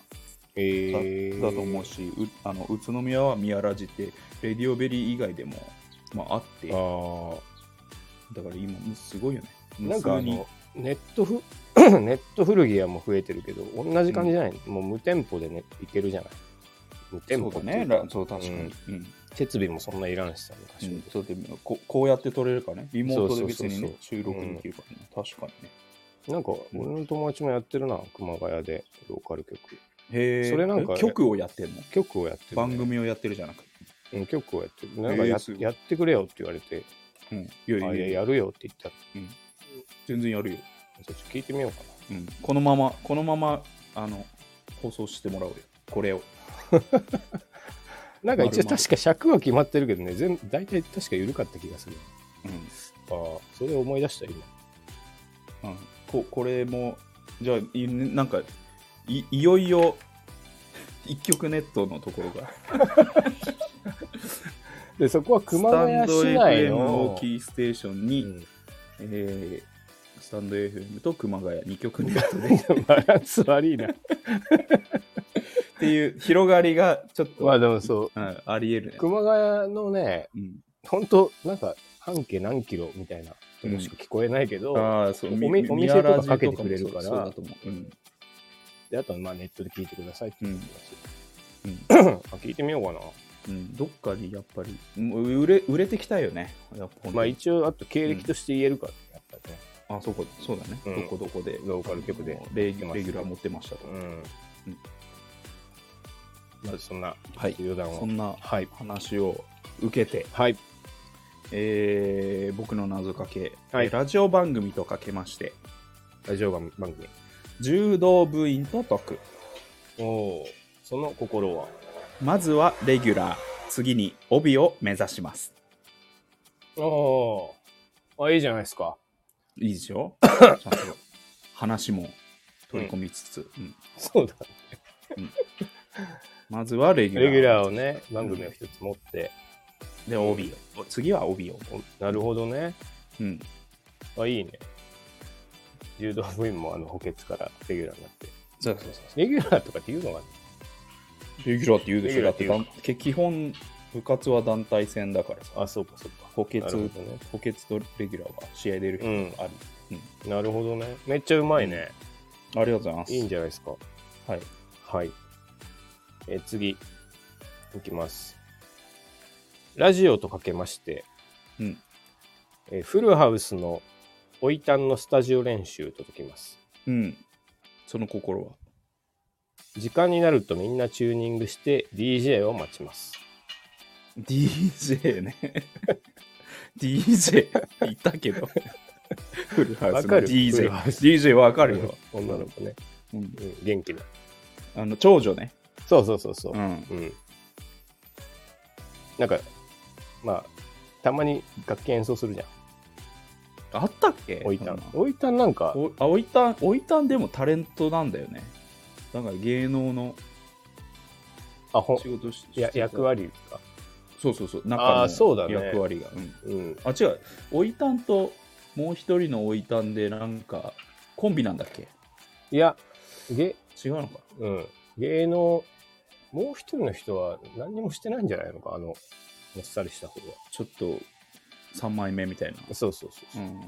[SPEAKER 2] えー、
[SPEAKER 1] だと思うし、うあの宇都宮は宮ラジって、レディオベリー以外でも、まあ、あって、だか
[SPEAKER 2] ああ
[SPEAKER 1] ら今、もうすごいよね。
[SPEAKER 2] なんかあ
[SPEAKER 1] 無数に
[SPEAKER 2] のネットフ (clears throat) ネット古着屋も増えてるけど同じ感じじゃない、もう無店舗でねいけるじゃない無店
[SPEAKER 1] そ
[SPEAKER 2] 舗
[SPEAKER 1] う
[SPEAKER 2] って
[SPEAKER 1] だ
[SPEAKER 2] い
[SPEAKER 1] ね、
[SPEAKER 2] か
[SPEAKER 1] らそう、確かに。うん
[SPEAKER 2] 設備もそんないらんしさ昔
[SPEAKER 1] う
[SPEAKER 2] ほ
[SPEAKER 1] ん
[SPEAKER 2] ど、
[SPEAKER 1] そうでもここうやって撮れるからね、リモートで別に
[SPEAKER 2] そうそう
[SPEAKER 1] ね
[SPEAKER 2] そう、
[SPEAKER 1] 収録できるからね、確かにね。
[SPEAKER 2] なんか俺の友達もやってるな熊谷でローカル局
[SPEAKER 1] へえ、
[SPEAKER 2] それなんか
[SPEAKER 1] え局をやってんの
[SPEAKER 2] 局をやってる、ね、
[SPEAKER 1] 番組をやってるじゃなくて。
[SPEAKER 2] うん局をやってるなんかや,、
[SPEAKER 1] えーすごい
[SPEAKER 2] やってくれよって言われて
[SPEAKER 1] うん、いやい
[SPEAKER 2] あ
[SPEAKER 1] や
[SPEAKER 2] い
[SPEAKER 1] い
[SPEAKER 2] や
[SPEAKER 1] や
[SPEAKER 2] やるよって言ったら
[SPEAKER 1] 全然やるよ、
[SPEAKER 2] そっち聞いてみようかな
[SPEAKER 1] うん、このままこのままあの放送してもらおうよこれを
[SPEAKER 2] なんか一
[SPEAKER 1] 丸
[SPEAKER 2] 応
[SPEAKER 1] 々
[SPEAKER 2] 確か尺は決まってるけどね全大体確か緩かった気がする
[SPEAKER 1] う
[SPEAKER 2] ああそれを思い出した今
[SPEAKER 1] ん、うん、ここれもじゃあいなんかいいよいよ一曲ネットのところが
[SPEAKER 2] でそこは熊
[SPEAKER 1] スタン
[SPEAKER 2] 谷
[SPEAKER 1] ド
[SPEAKER 2] 市内
[SPEAKER 1] FM
[SPEAKER 2] の
[SPEAKER 1] をキーステーションに、
[SPEAKER 2] うん
[SPEAKER 1] えースタンド FM と熊谷2曲ネットでっ
[SPEAKER 2] バランス悪
[SPEAKER 1] (laughs)
[SPEAKER 2] いな。
[SPEAKER 1] ていう広がりがちょっと、
[SPEAKER 2] まあでもそ
[SPEAKER 1] うん、ありえる
[SPEAKER 2] う、
[SPEAKER 1] ね、
[SPEAKER 2] 熊谷のね、
[SPEAKER 1] うん、
[SPEAKER 2] ほんと、なんか、半径何キロみたいなとこしか聞こえないけど、
[SPEAKER 1] ああそう
[SPEAKER 2] お
[SPEAKER 1] み
[SPEAKER 2] みお店とかかけてくれるから
[SPEAKER 1] 宮ラジともそうそうだと思う、うん
[SPEAKER 2] であとはまあネットで聞いてくださいって言ってます、
[SPEAKER 1] うん
[SPEAKER 2] (clears throat) あ聞いてみようかな。
[SPEAKER 1] うん、どっかにやっぱりうん売れ売れてきたよね。やっぱ本当に
[SPEAKER 2] まあ一応、あと経歴として言えるからね、やっぱね。
[SPEAKER 1] あそこそうだね、
[SPEAKER 2] うん
[SPEAKER 1] どこどこで
[SPEAKER 2] ローカル局で
[SPEAKER 1] あのレギ
[SPEAKER 2] やって
[SPEAKER 1] ュ
[SPEAKER 2] ます
[SPEAKER 1] レギュラー持ってましたと
[SPEAKER 2] う、ん。
[SPEAKER 1] うん
[SPEAKER 2] まあそんな、
[SPEAKER 1] はい
[SPEAKER 2] 余談
[SPEAKER 1] そ
[SPEAKER 2] を。
[SPEAKER 1] んな
[SPEAKER 2] はい。
[SPEAKER 1] 話を受けて、
[SPEAKER 2] はい。
[SPEAKER 1] えー僕の謎かけ、
[SPEAKER 2] はい
[SPEAKER 1] えーラジオ番組とかけまして
[SPEAKER 2] ラジオ番番組。
[SPEAKER 1] 柔道部員と解く
[SPEAKER 2] おお。その心は
[SPEAKER 1] まずはレギュラー次に帯を目指します
[SPEAKER 2] おお。あ、いいじゃないですか。
[SPEAKER 1] いいでしょちゃんと話も取り込みつつ、うん
[SPEAKER 2] そうだ。
[SPEAKER 1] まずはレギュラ
[SPEAKER 2] レ
[SPEAKER 1] ー
[SPEAKER 2] ギュラーをね、番組を一つ持って、
[SPEAKER 1] で帯を次は帯を、
[SPEAKER 2] おなるほどね。
[SPEAKER 1] うん、
[SPEAKER 2] あ、いいね。柔道部員もあの補欠からレギュラーになって。
[SPEAKER 1] そうそうそう
[SPEAKER 2] レギュラーとかっていうのが、
[SPEAKER 1] レギュラーって言うでしょ。だっ
[SPEAKER 2] レギ
[SPEAKER 1] て
[SPEAKER 2] ュラー
[SPEAKER 1] 団基本、部活は団体戦だからさ、
[SPEAKER 2] あ、そうかそうか。
[SPEAKER 1] 補欠
[SPEAKER 2] な、るほどね。
[SPEAKER 1] 補欠とレギュラーは試合出る
[SPEAKER 2] う
[SPEAKER 1] 人
[SPEAKER 2] ん。
[SPEAKER 1] ある、
[SPEAKER 2] なるほどね。めっちゃうまいね。
[SPEAKER 1] ありがとうございます。
[SPEAKER 2] いいんじゃないですか。
[SPEAKER 1] はい。
[SPEAKER 2] はい。えー次、いきます。ラジオとかけまして、
[SPEAKER 1] うん。
[SPEAKER 2] えーフルハウスのおいたんのスタジオ練習と解きます。
[SPEAKER 1] うん。その心は。
[SPEAKER 2] 時間になるとみんなチューニングして DJ を待ちます。 (laughs)
[SPEAKER 1] DJ ね。DJ いたけど。フルハウ
[SPEAKER 2] わ
[SPEAKER 1] ス
[SPEAKER 2] か
[SPEAKER 1] の
[SPEAKER 2] る
[SPEAKER 1] DJ。
[SPEAKER 2] DJ
[SPEAKER 1] DJ わかるよ。
[SPEAKER 2] 女の子ね、
[SPEAKER 1] うん、
[SPEAKER 2] うん、元気な
[SPEAKER 1] あの長女ね。
[SPEAKER 2] そうそうそうそう
[SPEAKER 1] う、ん。
[SPEAKER 2] うんなんかまあたまに楽器演奏するじゃん
[SPEAKER 1] あったっけ
[SPEAKER 2] おいたん
[SPEAKER 1] そんな
[SPEAKER 2] おいたんなんか
[SPEAKER 1] おあおいたん、おいたんでもタレントなんだよね。だから芸能の
[SPEAKER 2] あほん
[SPEAKER 1] 仕事し
[SPEAKER 2] や役割ですか
[SPEAKER 1] そうそうそう、
[SPEAKER 2] あ
[SPEAKER 1] 中
[SPEAKER 2] ーそう
[SPEAKER 1] の
[SPEAKER 2] だね
[SPEAKER 1] 役割が。うん
[SPEAKER 2] うん
[SPEAKER 1] あ,、違う、おいたんともう一人のおいたんで、なんか、コンビなんだっけ
[SPEAKER 2] いやげ、
[SPEAKER 1] 違うのか。
[SPEAKER 2] うん、芸能もう一人の人は何にもしてないんじゃないのかあのもっさりした方は
[SPEAKER 1] ちょっと、3枚目みたいな。
[SPEAKER 2] そうそうそう
[SPEAKER 1] う
[SPEAKER 2] そう、
[SPEAKER 1] ん。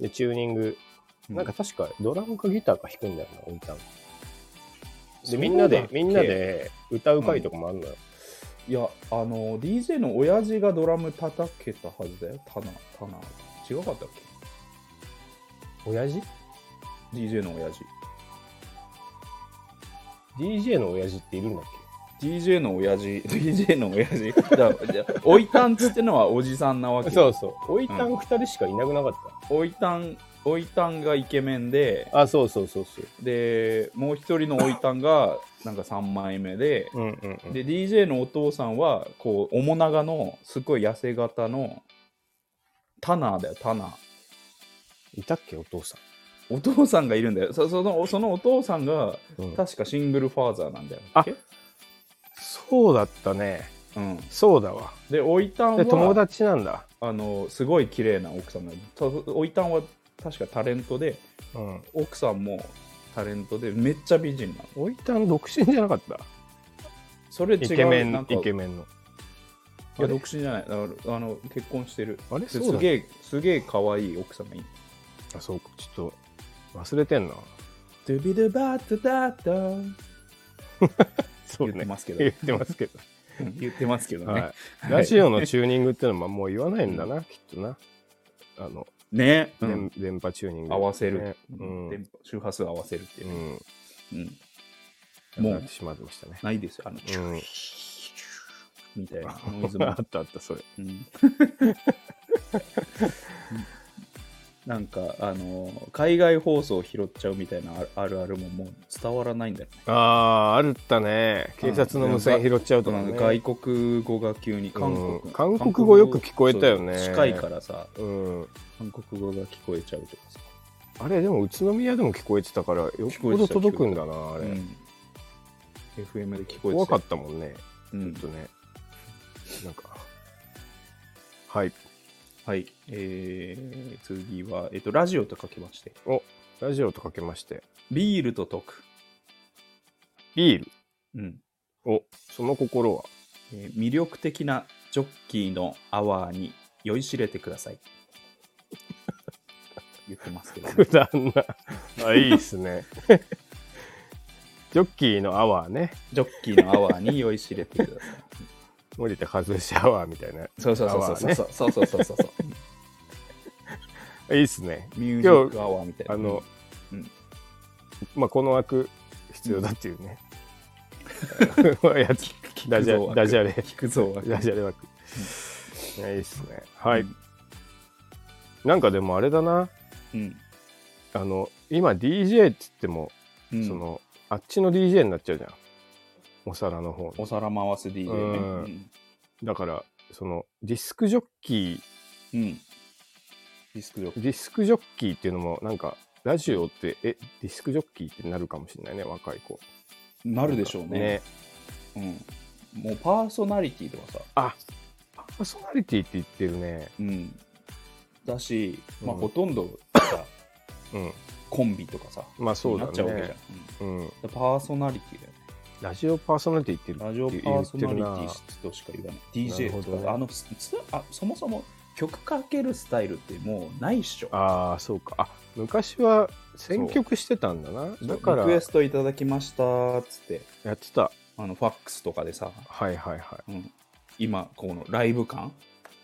[SPEAKER 2] でチューニングなんか、確かドラムかギターか弾くんだよなおいたんでみんなでみんな。で歌う回とかもあるのよ、
[SPEAKER 1] いや、あの、DJ の親父がドラム叩けたはずだよ。タナ、タナ。違かったっ
[SPEAKER 2] 親父
[SPEAKER 1] け ?DJ の親父。
[SPEAKER 2] DJ の親父っているんだっ
[SPEAKER 1] DJ の親父、DJ (laughs) の親父。だからじゃあおいたんつってのはおじさんなわ
[SPEAKER 2] け
[SPEAKER 1] け。
[SPEAKER 2] そうそう。おいたん二人しかいなくなかっ
[SPEAKER 1] おいたん、おいたんがイケメンで、
[SPEAKER 2] た。あ、そうそうそうそう。
[SPEAKER 1] でもう一人のおいたんがなんか3枚目で
[SPEAKER 2] うんうん、うん。
[SPEAKER 1] で DJ のお父さんはこう面長のすごい痩せ型のタナーだよタナー
[SPEAKER 2] いたっけお父さ
[SPEAKER 1] お父さんがいるんだよそそのそのお父さんが
[SPEAKER 2] ん。うん
[SPEAKER 1] 確かシングルファーザーなんだよ
[SPEAKER 2] あそうだったね。
[SPEAKER 1] うん、
[SPEAKER 2] そうだわ。
[SPEAKER 1] でおいたん
[SPEAKER 2] で、友
[SPEAKER 1] は
[SPEAKER 2] 達なんだ。
[SPEAKER 1] あのすごい綺麗な奥さんなのとおいたんは確かタレントで
[SPEAKER 2] うん。
[SPEAKER 1] 奥さんもタレントでめっちゃ美人なの
[SPEAKER 2] おいたん独身じゃなかった。
[SPEAKER 1] それ違う
[SPEAKER 2] イケメ
[SPEAKER 1] な
[SPEAKER 2] ン
[SPEAKER 1] ん、か
[SPEAKER 2] イケメンの。
[SPEAKER 1] いや独身じゃないあのあの結婚してる
[SPEAKER 2] あれ
[SPEAKER 1] で
[SPEAKER 2] そうだ
[SPEAKER 1] すげえすげえ可愛い奥様いい
[SPEAKER 2] あ、そうか。ちょっと、忘れてんな。
[SPEAKER 1] ドゥビドゥバッドダッダ
[SPEAKER 2] そ
[SPEAKER 1] 言ってますけど
[SPEAKER 2] 言ってますけど。
[SPEAKER 1] (laughs) 言ってますけどね、
[SPEAKER 2] はい、ラジオのチューニングってのはもう言わないんだな、きっとな。あの、
[SPEAKER 1] ね、う
[SPEAKER 2] 電
[SPEAKER 1] ん、
[SPEAKER 2] 電波チューニング、
[SPEAKER 1] 合わせる、
[SPEAKER 2] ねうん。う
[SPEAKER 1] 電波周波数合わせるっていう、
[SPEAKER 2] ん。
[SPEAKER 1] うん
[SPEAKER 2] もう。
[SPEAKER 1] も
[SPEAKER 2] なっ
[SPEAKER 1] う
[SPEAKER 2] てしまってましたね。
[SPEAKER 1] ないですよあの、
[SPEAKER 2] うん
[SPEAKER 1] みたいなノイズ
[SPEAKER 2] (laughs) あ
[SPEAKER 1] も
[SPEAKER 2] ったあった、それ。
[SPEAKER 1] うんなんかあの海外放送拾っちゃうみたいなああるあるももう伝わらないんだよね
[SPEAKER 2] ああ、あるったね。警察の無線拾っちゃうとかね。
[SPEAKER 1] 外国語が急に韓国、
[SPEAKER 2] うん韓国語よく聞こえたよね
[SPEAKER 1] そう近いからさ
[SPEAKER 2] うん。
[SPEAKER 1] 韓国語が聞こえちゃうとかさ
[SPEAKER 2] あれ、でも宇都宮でも聞こえてたから、よっ
[SPEAKER 1] 聞こえて
[SPEAKER 2] ぽど
[SPEAKER 1] た
[SPEAKER 2] 届くんだな、あれ。
[SPEAKER 1] うん FM で聞こえて
[SPEAKER 2] 怖かったたもんね。
[SPEAKER 1] よ、う
[SPEAKER 2] ちょ
[SPEAKER 1] ん
[SPEAKER 2] っとね。なんか。はい。
[SPEAKER 1] はいえー、次は、えっとラジオと書きまして
[SPEAKER 2] ラジオとかけまして。
[SPEAKER 1] ビールと解く、
[SPEAKER 2] ビール。
[SPEAKER 1] うん
[SPEAKER 2] お、その心は。
[SPEAKER 1] えー魅力的なジョッキーのアワーに酔いしれてくださ
[SPEAKER 2] (laughs)
[SPEAKER 1] い言ってますけど、
[SPEAKER 2] く
[SPEAKER 1] ね、
[SPEAKER 2] だんな。あ、いいっすね。ジョッキーのアワーね。
[SPEAKER 1] ジョッキーのアワーに酔いしれてください
[SPEAKER 2] 森田和義アワーみたいな。
[SPEAKER 1] そうそうそうそうそうそうそうそうそうそう
[SPEAKER 2] いいっすね。
[SPEAKER 1] ミュージックアワーみたいな
[SPEAKER 2] あの、
[SPEAKER 1] うん
[SPEAKER 2] まあ、この枠必要だっていうね。 (laughs) やつダジャダジャレ
[SPEAKER 1] 聞くぞ
[SPEAKER 2] ダジャレ枠。いやいいっすね。はい。なんかでもあれだな。
[SPEAKER 1] うん、
[SPEAKER 2] あの、今 DJ っつっても、
[SPEAKER 1] うん、
[SPEAKER 2] その、あっちの DJ になっちゃうじゃん。お皿の方の
[SPEAKER 1] お皿回す DJ ね
[SPEAKER 2] だから、その、ディスクジョッキー、
[SPEAKER 1] うん、うん、ディスクジョッキ
[SPEAKER 2] ディスクジョッキーっていうのも、なんか、ラジオって、え、ディスクジョッキーってなるかもしれないね、若い子。
[SPEAKER 1] ーなるでしょうね
[SPEAKER 2] ね
[SPEAKER 1] うん、もうパーソナリティとかさ、
[SPEAKER 2] あパーソナリティって言ってるね。
[SPEAKER 1] うん、だし、まあ、
[SPEAKER 2] うん
[SPEAKER 1] ほとんどさ、
[SPEAKER 2] うん。
[SPEAKER 1] コンビとかさ
[SPEAKER 2] まあそうだ
[SPEAKER 1] になっちゃうわけじゃ
[SPEAKER 2] ね
[SPEAKER 1] ん。、うん
[SPEAKER 2] うん。
[SPEAKER 1] だパーソナリティだよね
[SPEAKER 2] ラジオパーソナリティって言
[SPEAKER 1] ラ
[SPEAKER 2] っ
[SPEAKER 1] ジオ
[SPEAKER 2] て
[SPEAKER 1] パ
[SPEAKER 2] る
[SPEAKER 1] ーソナリテ
[SPEAKER 2] 言
[SPEAKER 1] ィ
[SPEAKER 2] って
[SPEAKER 1] としか言わない
[SPEAKER 2] なる
[SPEAKER 1] DJ
[SPEAKER 2] ほ
[SPEAKER 1] と
[SPEAKER 2] ど
[SPEAKER 1] か、
[SPEAKER 2] ね
[SPEAKER 1] あのすつあそもそも曲かけるスタイルってもうないっしょ
[SPEAKER 2] るなああ、そうか。あ、昔は選曲してたんだな。だから、
[SPEAKER 1] リクエストいただきましたっつって
[SPEAKER 2] やってた。
[SPEAKER 1] あのファックスとかでさ、
[SPEAKER 2] はいはいは
[SPEAKER 1] うん、今このライブ感、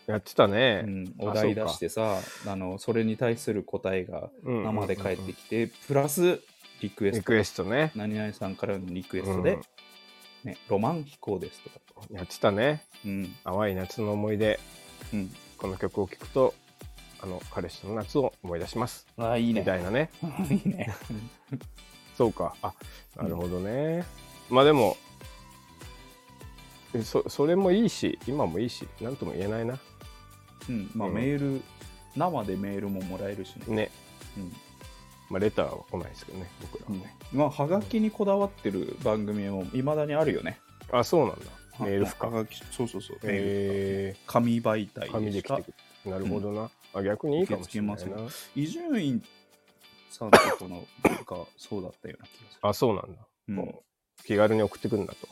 [SPEAKER 2] い。やってた
[SPEAKER 1] う
[SPEAKER 2] ね。
[SPEAKER 1] ん、お
[SPEAKER 2] あ
[SPEAKER 1] 題出してさあのそれに対する答えが
[SPEAKER 2] うんうんうんうん
[SPEAKER 1] 生で返ってきて、プラスリクエ
[SPEAKER 2] リ
[SPEAKER 1] スト
[SPEAKER 2] クエストね。
[SPEAKER 1] 何々さんからのリクエストで、
[SPEAKER 2] うん
[SPEAKER 1] ね、ロマン飛行ですとか、
[SPEAKER 2] やってたね。
[SPEAKER 1] うん
[SPEAKER 2] 淡い夏の思い出。
[SPEAKER 1] うん、
[SPEAKER 2] この曲を聴くと、あの、彼氏との夏を思い出します。
[SPEAKER 1] ああいい
[SPEAKER 2] み
[SPEAKER 1] ね
[SPEAKER 2] たいなね。
[SPEAKER 1] いいね
[SPEAKER 2] そうか。あ、なるほどね。まあでも、えそそれもいいし、今もいいし、なんとも言えないな。
[SPEAKER 1] (laughs) うんまあ、
[SPEAKER 2] うん
[SPEAKER 1] メール生でメールももらえるしね、
[SPEAKER 2] ね。
[SPEAKER 1] うん
[SPEAKER 2] まあ、レターは来ないですけどね、僕らはね。
[SPEAKER 1] うんまあはがきにこだわってる番組もいまだにあるよね
[SPEAKER 2] あ、そうなんだ。メール不
[SPEAKER 1] は
[SPEAKER 2] 可。
[SPEAKER 1] がきそうそうそうメール不可
[SPEAKER 2] え
[SPEAKER 1] 紙媒体
[SPEAKER 2] ー、紙で
[SPEAKER 1] でし
[SPEAKER 2] 来
[SPEAKER 1] た
[SPEAKER 2] てくる。なるほどな。あ、逆にいいかもしれない
[SPEAKER 1] 受け付け
[SPEAKER 2] な。
[SPEAKER 1] 伊集院さんとこのなんかそうだったような気がす
[SPEAKER 2] あ、そうなんだ。
[SPEAKER 1] る、うん
[SPEAKER 2] もう気軽に送ってくるんだと。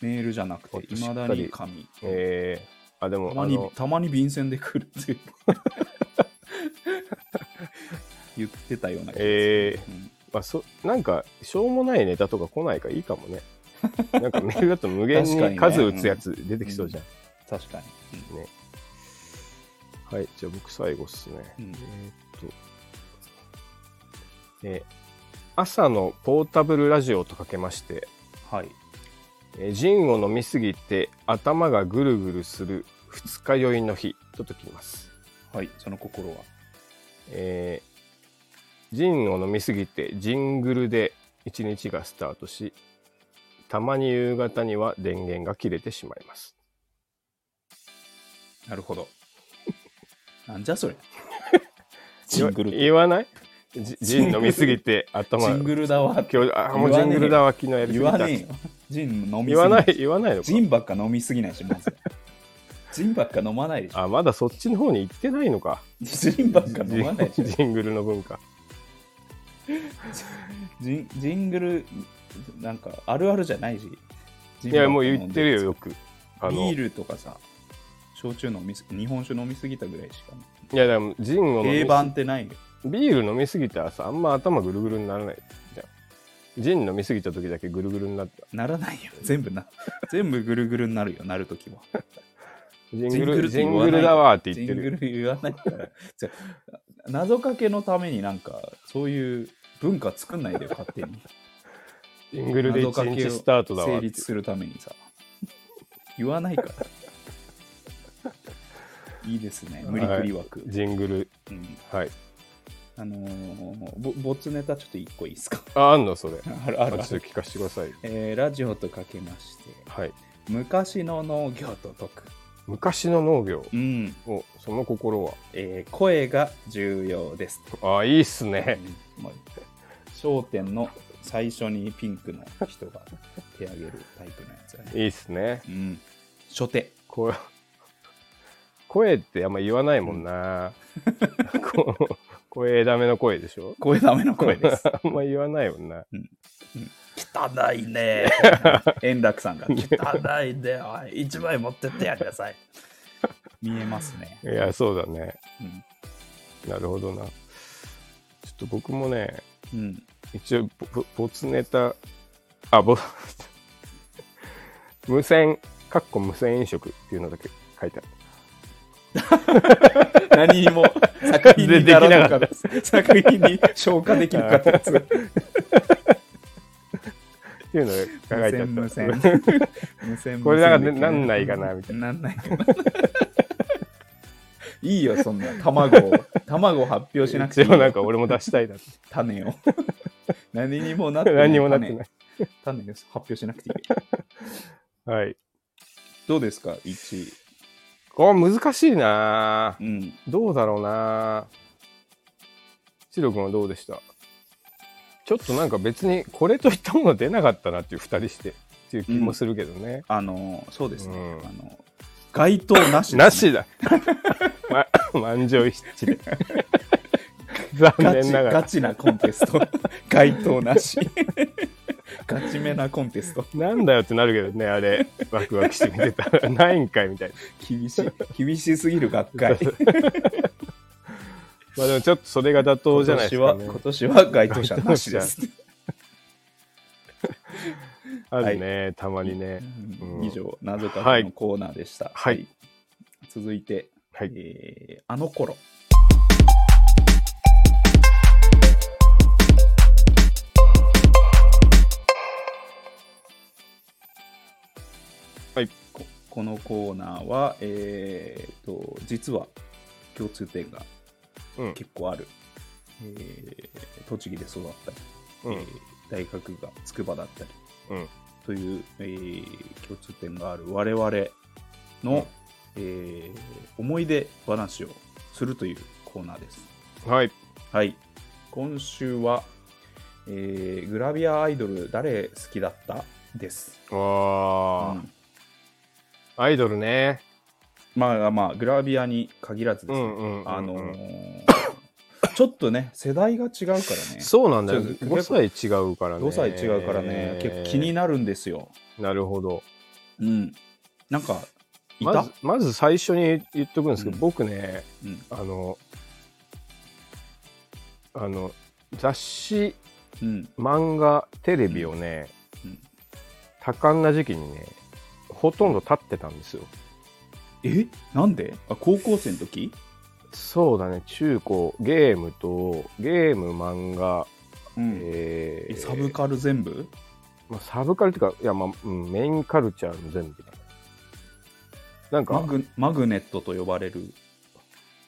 [SPEAKER 1] メールじゃなく
[SPEAKER 2] もってと
[SPEAKER 1] い
[SPEAKER 2] しっか
[SPEAKER 1] ま
[SPEAKER 2] り
[SPEAKER 1] だに紙
[SPEAKER 2] えー、あ、で
[SPEAKER 1] た
[SPEAKER 2] も、
[SPEAKER 1] ま
[SPEAKER 2] あ
[SPEAKER 1] に
[SPEAKER 2] の、
[SPEAKER 1] たまに便箋で来る
[SPEAKER 2] (laughs)
[SPEAKER 1] っていう言ってたような気がする、
[SPEAKER 2] えー
[SPEAKER 1] うん
[SPEAKER 2] まあ、そなんか、しょうもないネタとか来ないからいいかもね。なんかメールだと無限
[SPEAKER 1] 確かに
[SPEAKER 2] に
[SPEAKER 1] ね
[SPEAKER 2] 数打つやつ出てきそうじゃん。
[SPEAKER 1] 確かに、うん
[SPEAKER 2] はい、じゃあ僕最後っすね。
[SPEAKER 1] うん
[SPEAKER 2] えーっと、えー朝のポータブルラジオとかけまして、
[SPEAKER 1] はい
[SPEAKER 2] えージンを飲みすぎて頭がぐるぐるする二日酔いの日と解きます。
[SPEAKER 1] はいその心は
[SPEAKER 2] えージンを飲みすぎてジングルで一日がスタートし、たまに夕方には電源が切れてしまいます。
[SPEAKER 1] なるほど (laughs) なんじゃそれ (laughs) ジ
[SPEAKER 2] 言わ
[SPEAKER 1] ングル
[SPEAKER 2] 言わないジジン飲みすぎて頭
[SPEAKER 1] ジングルだわって
[SPEAKER 2] 今日あもうジングルだわ昨日やりすぎ
[SPEAKER 1] 言
[SPEAKER 2] た
[SPEAKER 1] わねえよジン飲みすぎ
[SPEAKER 2] 言わない、言わないのか
[SPEAKER 1] ジ。ンばっか飲みすぎないし、まず。ジンばっか飲まないでしょ。
[SPEAKER 2] あ、まだそっちの方に行ってないのか。
[SPEAKER 1] ジンばっか飲まないでしょ。
[SPEAKER 2] ジング (laughs) ルの文化。
[SPEAKER 1] ジンジングル、なんかあるあるじゃないし。い
[SPEAKER 2] いや、もう言ってるよ、。よく。あの、
[SPEAKER 1] ビー
[SPEAKER 2] い
[SPEAKER 1] ルとかさ、焼酎飲みす、日本酒飲みすぎたぐらいしか。
[SPEAKER 2] や、でも、ジンを飲み
[SPEAKER 1] 定番ってないよ。
[SPEAKER 2] ビール飲みすぎたらさ、あんま頭ぐるぐるにならないじゃん。ジン飲みすぎた時だけぐるぐるになった。
[SPEAKER 1] ならないよ。全部な、全部ぐるぐるになるよ、なるときは。
[SPEAKER 2] ジン
[SPEAKER 1] ジン
[SPEAKER 2] グ
[SPEAKER 1] グル
[SPEAKER 2] ル、
[SPEAKER 1] って
[SPEAKER 2] ジ
[SPEAKER 1] 言
[SPEAKER 2] ン
[SPEAKER 1] わない
[SPEAKER 2] グルだわーって
[SPEAKER 1] ジ
[SPEAKER 2] 言
[SPEAKER 1] ン
[SPEAKER 2] って
[SPEAKER 1] グ
[SPEAKER 2] る。
[SPEAKER 1] ル言わないから。じゃあ (laughs) 謎かけのためになんか、そういう文化作んないでよ、勝手に。
[SPEAKER 2] ジングルで
[SPEAKER 1] 謎か
[SPEAKER 2] 1
[SPEAKER 1] け
[SPEAKER 2] 日
[SPEAKER 1] を
[SPEAKER 2] スタートだわー
[SPEAKER 1] 成
[SPEAKER 2] って
[SPEAKER 1] 立するためにさ。言わないから。いいですね、無理くり枠。
[SPEAKER 2] ジングル。
[SPEAKER 1] うん
[SPEAKER 2] はい。
[SPEAKER 1] あのーぼ、ボツネタちょっと一個いいですか (laughs)
[SPEAKER 2] あ、あんのそれ。
[SPEAKER 1] あるあ
[SPEAKER 2] あちょ
[SPEAKER 1] る
[SPEAKER 2] っと聞かせてください。
[SPEAKER 1] えーラジオとかけまして、
[SPEAKER 2] はい。
[SPEAKER 1] 昔の農業と解く。
[SPEAKER 2] 昔の農業
[SPEAKER 1] うん。
[SPEAKER 2] を、その心は。
[SPEAKER 1] えー声が重要です。
[SPEAKER 2] あ、いいっすね。
[SPEAKER 1] うんまあ焦点の最初にピンクの人が手上げるタイプのやつだね。
[SPEAKER 2] いいっすね。
[SPEAKER 1] うん。初手。
[SPEAKER 2] 声、 (laughs) 声ってあんま言わないもんな。こう声ダメの声でしょ
[SPEAKER 1] 声ダメの声です。
[SPEAKER 2] あんま言わないもんな。
[SPEAKER 1] (laughs) 汚いね。円楽さんが。汚いね。おい一枚持ってってやりなさい。見えますね。
[SPEAKER 2] いや、そうだね。
[SPEAKER 1] うん。
[SPEAKER 2] なるほどな。ちょっと僕もね、
[SPEAKER 1] うん。
[SPEAKER 2] 一応ボ、ボボツネタ、あ、ボ、 (laughs) 無線、かっこ無線飲食っていうのだけ書いてある。
[SPEAKER 1] 何にも作品にならなかった。 (laughs) 作品に消化できなかったやつ。
[SPEAKER 2] っていうのが書いてあった。
[SPEAKER 1] 無線無
[SPEAKER 2] (laughs)
[SPEAKER 1] 線無線
[SPEAKER 2] これなん
[SPEAKER 1] 無
[SPEAKER 2] か
[SPEAKER 1] 線でき
[SPEAKER 2] なんないかなみた
[SPEAKER 1] いな。なんないかな。いいよ、そんな。卵
[SPEAKER 2] (laughs)
[SPEAKER 1] を。卵を発表しなくていい
[SPEAKER 2] 一応なん
[SPEAKER 1] よ。
[SPEAKER 2] か俺も出した
[SPEAKER 1] (laughs)
[SPEAKER 2] いなって。
[SPEAKER 1] 種
[SPEAKER 2] (laughs)
[SPEAKER 1] を。何にもなってない。
[SPEAKER 2] 何にもなってない。
[SPEAKER 1] 種。種です。発表しなくていいよ。
[SPEAKER 2] はい。
[SPEAKER 1] どうですか、1位。
[SPEAKER 2] あ、難しいな
[SPEAKER 1] う
[SPEAKER 2] ぁ
[SPEAKER 1] ん。
[SPEAKER 2] どうだろうなぁシロ君はどうでしたちょっとなんか別にこれといったもの出なかったなっていう2人してっていう気もするけどね。
[SPEAKER 1] あの、そうですね。
[SPEAKER 2] うん
[SPEAKER 1] あの、該当なしですね、
[SPEAKER 2] なしだま、満場一致で。残
[SPEAKER 1] ガ
[SPEAKER 2] 念
[SPEAKER 1] チ
[SPEAKER 2] なが
[SPEAKER 1] ガ
[SPEAKER 2] ら。
[SPEAKER 1] チなコンテスト。 (laughs) 該当なし。 (laughs) ガチめなコンテスト。
[SPEAKER 2] なんだよってなるけどね、あれ、ワクワクして見てたら、ないんかいみたいな。
[SPEAKER 1] 厳しい。厳しすぎる学会。
[SPEAKER 2] まあでもちょっとそれが妥当じゃないですか、
[SPEAKER 1] 今
[SPEAKER 2] ね。
[SPEAKER 1] 年は今年は該当者なし
[SPEAKER 2] (laughs)
[SPEAKER 1] です。
[SPEAKER 2] あるね、たまにね。うん
[SPEAKER 1] 以上、謎かけのコーナーでした。
[SPEAKER 2] はい
[SPEAKER 1] 続いて、
[SPEAKER 2] はい。
[SPEAKER 1] えーあの頃。
[SPEAKER 2] はい
[SPEAKER 1] こ。このコーナーは、えー、と実は共通点が
[SPEAKER 2] うん。
[SPEAKER 1] 結構ある、えー栃木で育ったり、
[SPEAKER 2] う
[SPEAKER 1] えー
[SPEAKER 2] ん。
[SPEAKER 1] 大学が筑波だったり
[SPEAKER 2] うん。
[SPEAKER 1] という、えー共通点がある我々の、えー思い出話をするというコーナーです。
[SPEAKER 2] はい。
[SPEAKER 1] はい、今週は、えーグラビアアイドル誰好きだったです。
[SPEAKER 2] わあ、
[SPEAKER 1] うん
[SPEAKER 2] アイドルね。
[SPEAKER 1] まあまあ、グラビアに限らず
[SPEAKER 2] う
[SPEAKER 1] ですね
[SPEAKER 2] ん、うんうんうん。
[SPEAKER 1] あのー (coughs) ちょっとね、世代が違うからね、
[SPEAKER 2] そうなんだよ。
[SPEAKER 1] そうです
[SPEAKER 2] 5歳違うからね。
[SPEAKER 1] 5歳違うからね、結構気になるんですよ。
[SPEAKER 2] なるほど。
[SPEAKER 1] うん、なんか、いた、
[SPEAKER 2] まず、まず最初に言っとくんですけど、
[SPEAKER 1] うん
[SPEAKER 2] 僕ね、
[SPEAKER 1] うん
[SPEAKER 2] あの、あの、雑誌、
[SPEAKER 1] うん
[SPEAKER 2] 漫画、テレビをね、
[SPEAKER 1] うんうん
[SPEAKER 2] 多感な時期にね、ほとんど立ってたんですよ。
[SPEAKER 1] えなんであ高校生の時
[SPEAKER 2] そうだね、中高、ゲームと、ゲーム、漫画、
[SPEAKER 1] うん
[SPEAKER 2] え
[SPEAKER 1] え
[SPEAKER 2] ー、
[SPEAKER 1] サブカル全部
[SPEAKER 2] まあ、サブカルっていうか、いや、まあ、うん、メインカルチャーの全部だね。なんか、
[SPEAKER 1] マ
[SPEAKER 2] マグ
[SPEAKER 1] グマグネットと呼ばれる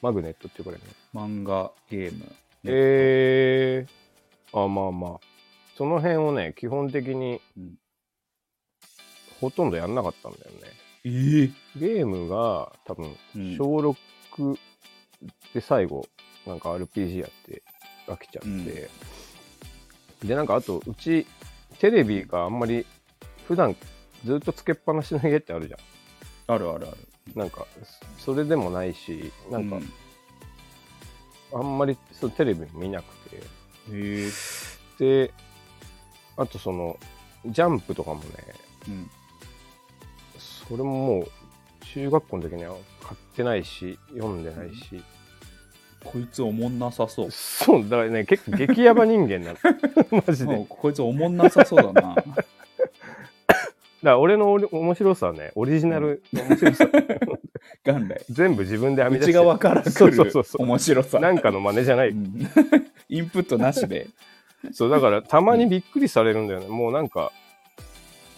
[SPEAKER 2] ネットっていうからね。
[SPEAKER 1] 漫画ゲーム
[SPEAKER 2] えー、あ、まあまあ。その辺をね、基本的に
[SPEAKER 1] うん、
[SPEAKER 2] ほとんどやんなかったんだよね。
[SPEAKER 1] えー
[SPEAKER 2] ゲームが、多分、
[SPEAKER 1] うん
[SPEAKER 2] 小6で最後、なんか RPG やって、飽きちゃって。で、なんかあと、うち、テレビがあんまり普段ずっとつけっぱなしの家ってあるじゃ
[SPEAKER 1] あるあるある。
[SPEAKER 2] んなんかそれでもないしなんか
[SPEAKER 1] う
[SPEAKER 2] あんまりそうテレビ見なくて
[SPEAKER 1] へえ。
[SPEAKER 2] であとそのジャンプとかもね
[SPEAKER 1] うん。
[SPEAKER 2] それももう中学校の時には買ってないし読んでないし、
[SPEAKER 1] こいつおもんなさそう。
[SPEAKER 2] そうだからね結構激ヤバ人間な
[SPEAKER 1] (laughs)
[SPEAKER 2] のマジで
[SPEAKER 1] もうこいつおもんなさそうだ
[SPEAKER 2] (laughs)
[SPEAKER 1] な。
[SPEAKER 2] だから俺のおり面白さはねオリジナルの面白さ、
[SPEAKER 1] 元来。
[SPEAKER 2] 全部自分で編み出して
[SPEAKER 1] 内側から
[SPEAKER 2] そ
[SPEAKER 1] 来
[SPEAKER 2] うそうそう
[SPEAKER 1] る
[SPEAKER 2] そう
[SPEAKER 1] 面白さ。
[SPEAKER 2] なんかの真似じゃな
[SPEAKER 1] う
[SPEAKER 2] い
[SPEAKER 1] ん (laughs) インプットなしで。
[SPEAKER 2] そうだからたまにびっくりされるんだよねもうなんか